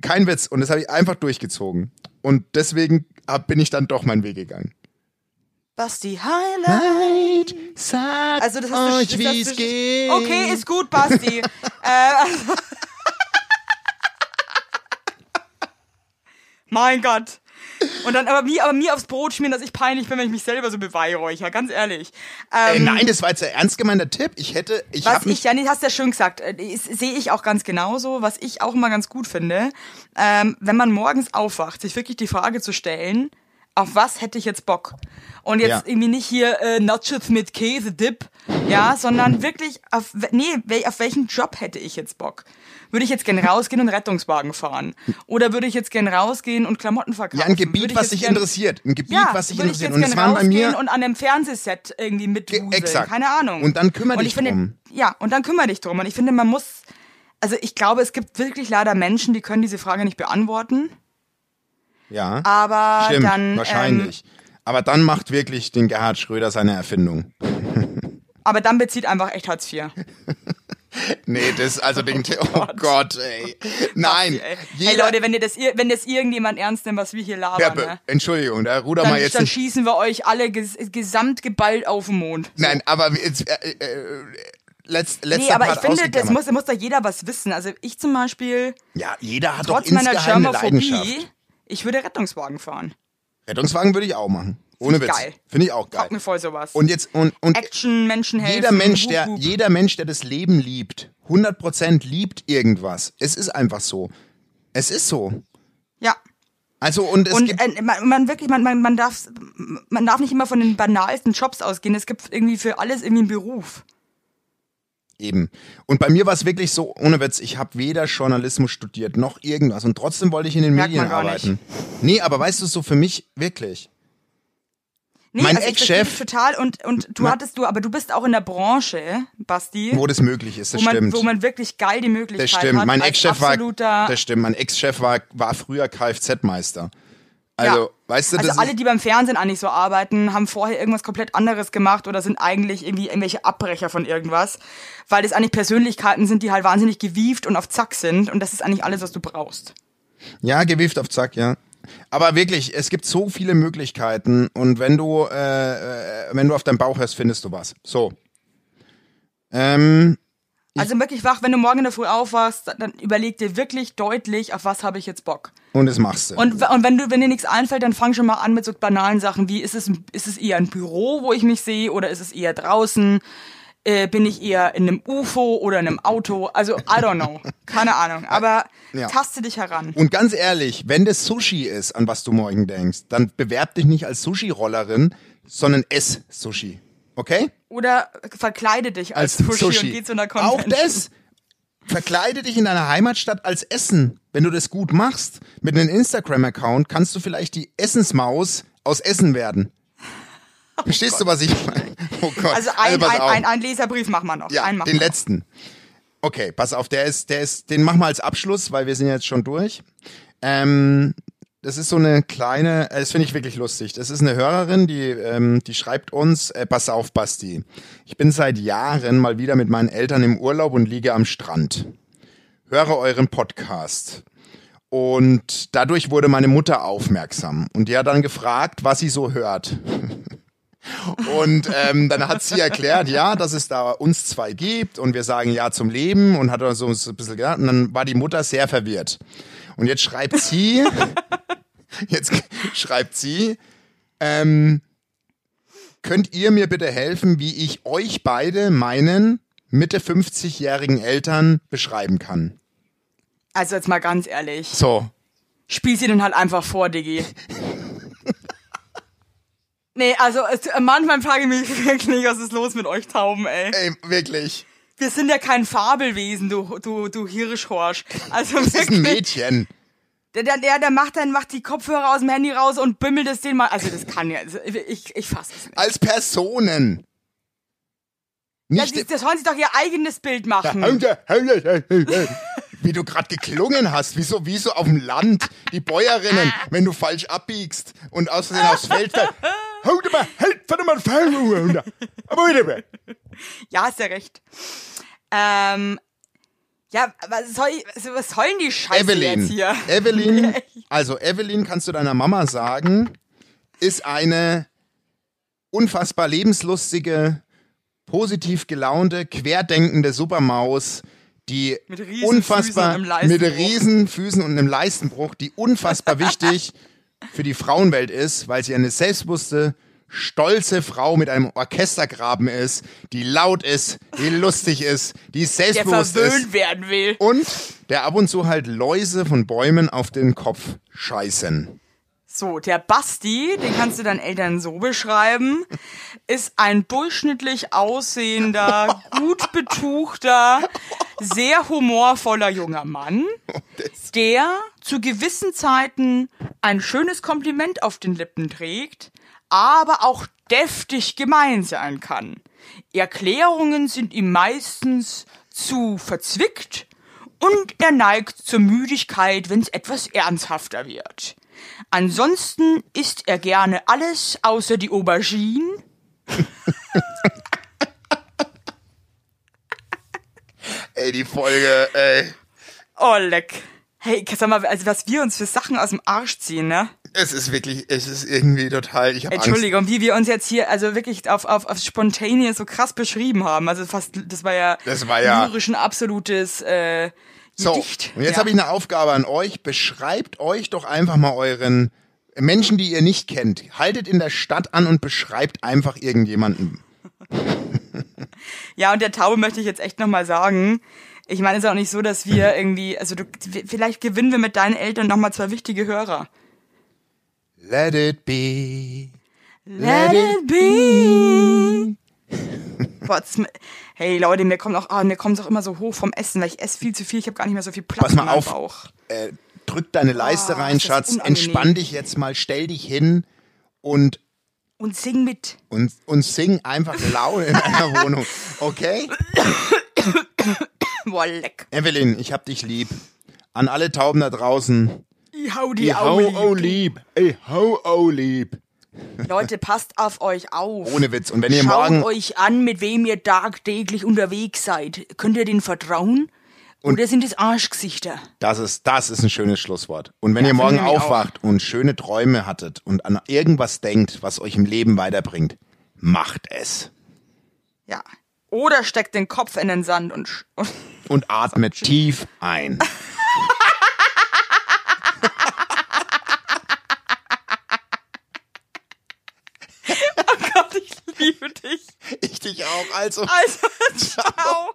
Kein Witz. Und das habe ich einfach durchgezogen. Und deswegen hab, bin ich dann doch meinen Weg gegangen. Basti, Heiler. Sag Also das Ah, hast du das hast du- Okay, ist gut, Basti. äh, also mein Gott. Und dann aber mir, aber mir aufs Brot schmieren, dass ich peinlich bin, wenn ich mich selber so beweihräucher, ganz ehrlich. Ähm, Ey, nein, das war jetzt ein ernst gemeinter Tipp. Ich hätte, ich Was habe ich, mich... ja, nee, hast ja schön gesagt, äh, ist- sehe ich auch ganz genauso, was ich auch immer ganz gut finde, ähm, wenn man morgens aufwacht, sich wirklich die Frage zu stellen, auf was hätte ich jetzt Bock? Und jetzt Ja. irgendwie nicht hier äh, Nachos mit Käse, Dip, ja, sondern wirklich auf, we- nee, wel, auf welchen Job hätte ich jetzt Bock? Würde ich jetzt gern rausgehen und Rettungswagen fahren? Oder würde ich jetzt gern rausgehen und Klamotten verkaufen? Ja, ein Würde Gebiet, ich was jetzt dich gern- interessiert. Ein Gebiet, Ja, was dich würde ich interessiert. jetzt Und es gern waren bei rausgehen mir und an einem Fernsehset irgendwie mitwuseln. exakt. Keine Ahnung. Und dann kümmere Und dich ich finde, drum. Ja, und dann kümmere dich drum. Und ich finde, man muss, also ich glaube, es gibt wirklich leider Menschen, die können diese Frage nicht beantworten. Ja. Aber Stimmt, dann. Ähm, wahrscheinlich. aber dann macht wirklich den Gerhard Schröder seine Erfindung. aber dann bezieht einfach echt Hartz IV. Nee, das, (laughs) also den, oh Gott, ey. Nein. hey Leute, wenn ihr das, ir- wenn das irgendjemand ernst nimmt, was wir hier labern, Herr Be- ne? Entschuldigung, da ruder mal dann, jetzt dann nicht. schießen wir euch alle ges gesamt geballt auf den Mond. Nein, aber jetzt, äh, äh, letzt, letzter Nee, aber ich Part finde, das ausgeklammert. muss, muss da jeder was wissen. Also ich zum Beispiel, Ja, jeder hat trotz doch meiner insgeheim eine Leidenschaft. Germophobie, ich würde Rettungswagen fahren. Rettungswagen würde ich auch machen. Ohne Find ich Witz. geil. Finde ich auch geil. Taugt mir voll sowas. Und jetzt, und, und Action, Menschen helfen. jeder Mensch, der, Hup, hup. jeder Mensch, der das Leben liebt, 100% liebt irgendwas. Es ist einfach so. Es ist so. Ja. Also, und es Und gibt, äh, man, man wirklich, man, man, man, darf, man darf nicht immer von den banalsten Jobs ausgehen. Es gibt irgendwie für alles irgendwie einen Beruf. Eben. Und bei mir war es wirklich so, ohne Witz, ich habe weder Journalismus studiert noch irgendwas und trotzdem wollte ich in den Merkt man Medien gar arbeiten. Nee, aber weißt du, so für mich wirklich. Nee, Mein also ich verstehe Ex-Chef- dich total und, und du Ma- hattest du, aber du bist auch in der Branche, Basti, Wo das möglich ist, das wo, man, stimmt. wo man wirklich geil die Möglichkeit das stimmt. hat. Mein als Ex-Chef war, absoluter- Also das stimmt. Mein Ex-Chef war, war früher Kfz-Meister. Also, Ja. weißt du, das Also ist, alle, die beim Fernsehen eigentlich so arbeiten, haben vorher irgendwas komplett anderes gemacht oder sind eigentlich irgendwie irgendwelche Abbrecher von irgendwas, weil das eigentlich Persönlichkeiten sind, die halt wahnsinnig gewieft und auf Zack sind und das ist eigentlich alles, was du brauchst. Ja, gewieft auf Zack, ja. Aber wirklich, es gibt so viele Möglichkeiten und wenn du, äh, äh, wenn du auf deinen Bauch hörst, findest du was. So. Ähm, Also wirklich wach, wenn du morgen in der Früh aufwachst, dann- dann überleg dir wirklich deutlich, auf was habe ich jetzt Bock. und das machst du. Und, w- und wenn, du, wenn dir nichts einfällt, dann fang schon mal an mit so banalen Sachen wie, ist es, ein- ist es eher ein Büro, wo ich mich sehe, oder ist es eher draußen? Äh, bin ich eher in einem UFO oder in einem Auto? Also, I don't know. Keine Ahnung. Aber (laughs) Ja. taste dich heran. Und ganz ehrlich, wenn das Sushi ist, an was du morgen denkst, dann bewerb dich nicht als Sushi-Rollerin, sondern ess Sushi. Okay? Oder verkleide dich als, Sushi, und geh zu einer Auch Convention. das. Verkleide dich in deiner Heimatstadt als Essen. Wenn du das gut machst, mit einem Instagram-Account kannst du vielleicht die Essensmaus aus (laughs) Essen werden. Verstehst du, was ich meine? Oh Gott. Oh Also, ein, pass ein, auf. ein, ein Leserbrief machen wir noch. Ja, einen machen den wir noch. letzten. Okay, pass auf, der ist, der ist, den machen wir als Abschluss, weil wir sind jetzt schon durch. Ähm, das ist so eine kleine, äh, das finde ich wirklich lustig. Das ist eine Hörerin, die, ähm, die schreibt uns, äh, pass auf, Basti. Ich bin seit Jahren mal wieder mit meinen Eltern im Urlaub und liege am Strand. Höre euren Podcast. Und dadurch wurde meine Mutter aufmerksam. Und die hat dann gefragt, was sie so hört. Und ähm, dann hat sie erklärt, ja, dass es da uns zwei gibt und wir sagen Ja zum Leben und hat uns so ein bisschen gedacht. Und dann war die Mutter sehr verwirrt. Und jetzt schreibt sie, jetzt schreibt sie, ähm, könnt ihr mir bitte helfen, wie ich euch beide, meinen Mitte 50-jährigen Eltern, beschreiben kann? Also, jetzt mal ganz ehrlich. So. Spiel sie dann halt einfach vor, Diggi. Nee, also es, manchmal frage ich mich (laughs) wirklich, was ist los mit euch Tauben, ey? Ey, wirklich. Wir sind ja kein Fabelwesen, du, du, du Hirschhorsch. Also Das ist ein wirklich, Mädchen. der, der, der der macht dann, macht die Kopfhörer aus dem Handy raus und bümmelt es den mal. Also das kann ja, also, ich, ich fass es nicht. Als Personen. Das, Nicht, ist, das sollen sie doch ihr eigenes Bild machen. Wie du gerade geklungen hast, wie so, wie so auf dem Land, die Bäuerinnen, wenn du falsch abbiegst und aus Versehen aufs Feld fällst. Halt mal, halt, warte mal, fall runter. Aber wieder mal. Ja, ist ja recht. Ähm, ja, was, soll, ich- was sollen die Scheiße jetzt Evelyn, hier? (laughs) Evelyn, also Evelyn kannst du deiner Mama sagen, ist eine unfassbar lebenslustige, positiv gelaunte, querdenkende Supermaus, die Mit Riesenfüßen unfassbar und einem mit Leistenbruch. Riesenfüßen und einem Leistenbruch, die unfassbar wichtig für die Frauenwelt ist, weil sie eine selbstbewusste, stolze Frau mit einem Orchestergraben ist, die laut ist, die lustig ist, die Der selbstbewusst ist verwöhnt werden will. und der ab und zu halt Läuse von Bäumen auf den Kopf scheißen. So, der Basti, den kannst du deinen Eltern so beschreiben, ist ein durchschnittlich aussehender, gut betuchter, sehr humorvoller junger Mann, der zu gewissen Zeiten ein schönes Kompliment auf den Lippen trägt, aber auch deftig gemein sein kann. Erklärungen sind ihm meistens zu verzwickt und er neigt zur Müdigkeit, wenn es etwas ernsthafter wird. Ansonsten isst er gerne alles außer die Aubergine. Ey, die Folge, ey. Oh, leck. Hey, sag mal, also was wir uns für Sachen aus dem Arsch ziehen, ne? Es ist wirklich, es ist irgendwie total, ich habe Angst. Entschuldigung, wie wir uns jetzt hier also wirklich auf, auf, auf Spontaneous so krass beschrieben haben. Also fast, das war ja, Das war ja- lyrisch ein absolutes äh, So, Gedicht. und jetzt ja. habe ich eine Aufgabe an euch. Beschreibt euch doch einfach mal euren Menschen, die ihr nicht kennt. Haltet in der Stadt an und beschreibt einfach irgendjemanden. Ja, und der Taube möchte ich jetzt echt nochmal sagen. Ich meine, es ist auch nicht so, (laughs) dass wir irgendwie, also du, vielleicht gewinnen wir mit deinen Eltern nochmal zwei wichtige Hörer. Let it be. Let it be. (laughs) Boah, das ist mir- hey Leute, mir kommt auch, ah, mir kommt es auch immer so hoch vom Essen, weil ich esse viel zu viel, ich habe gar nicht mehr so viel Platz Pass mal in meinem auf. Bauch. Äh, drück deine Leiste Ah, rein, ist das Schatz. unangenehm. Entspann dich jetzt mal, stell dich hin und, Und sing mit. (laughs) und, und sing einfach laut in einer (laughs) Wohnung. Okay? Boah, leck. Evelyn, ich hab dich lieb. An alle Tauben da draußen. Ich hau die Augen. oh, lieb. Ich hau oh lieb. Leute, passt auf euch auf. Ohne Witz. Und wenn ihr Schaut morgen euch an, mit wem ihr tagtäglich unterwegs seid. Könnt ihr denen vertrauen? Oder sind es Arschgesichter? Das ist, das ist ein schönes Schlusswort. Und wenn ihr finde morgen ich auch. aufwacht und schöne Träume hattet und an irgendwas denkt, was euch im Leben weiterbringt, macht es. Ja. Oder steckt den Kopf in den Sand und, sch- (laughs) Oh und Und atmet tief ein. Gott, ich liebe dich. (laughs) Ich dich auch. Also. Also, (laughs) ciao.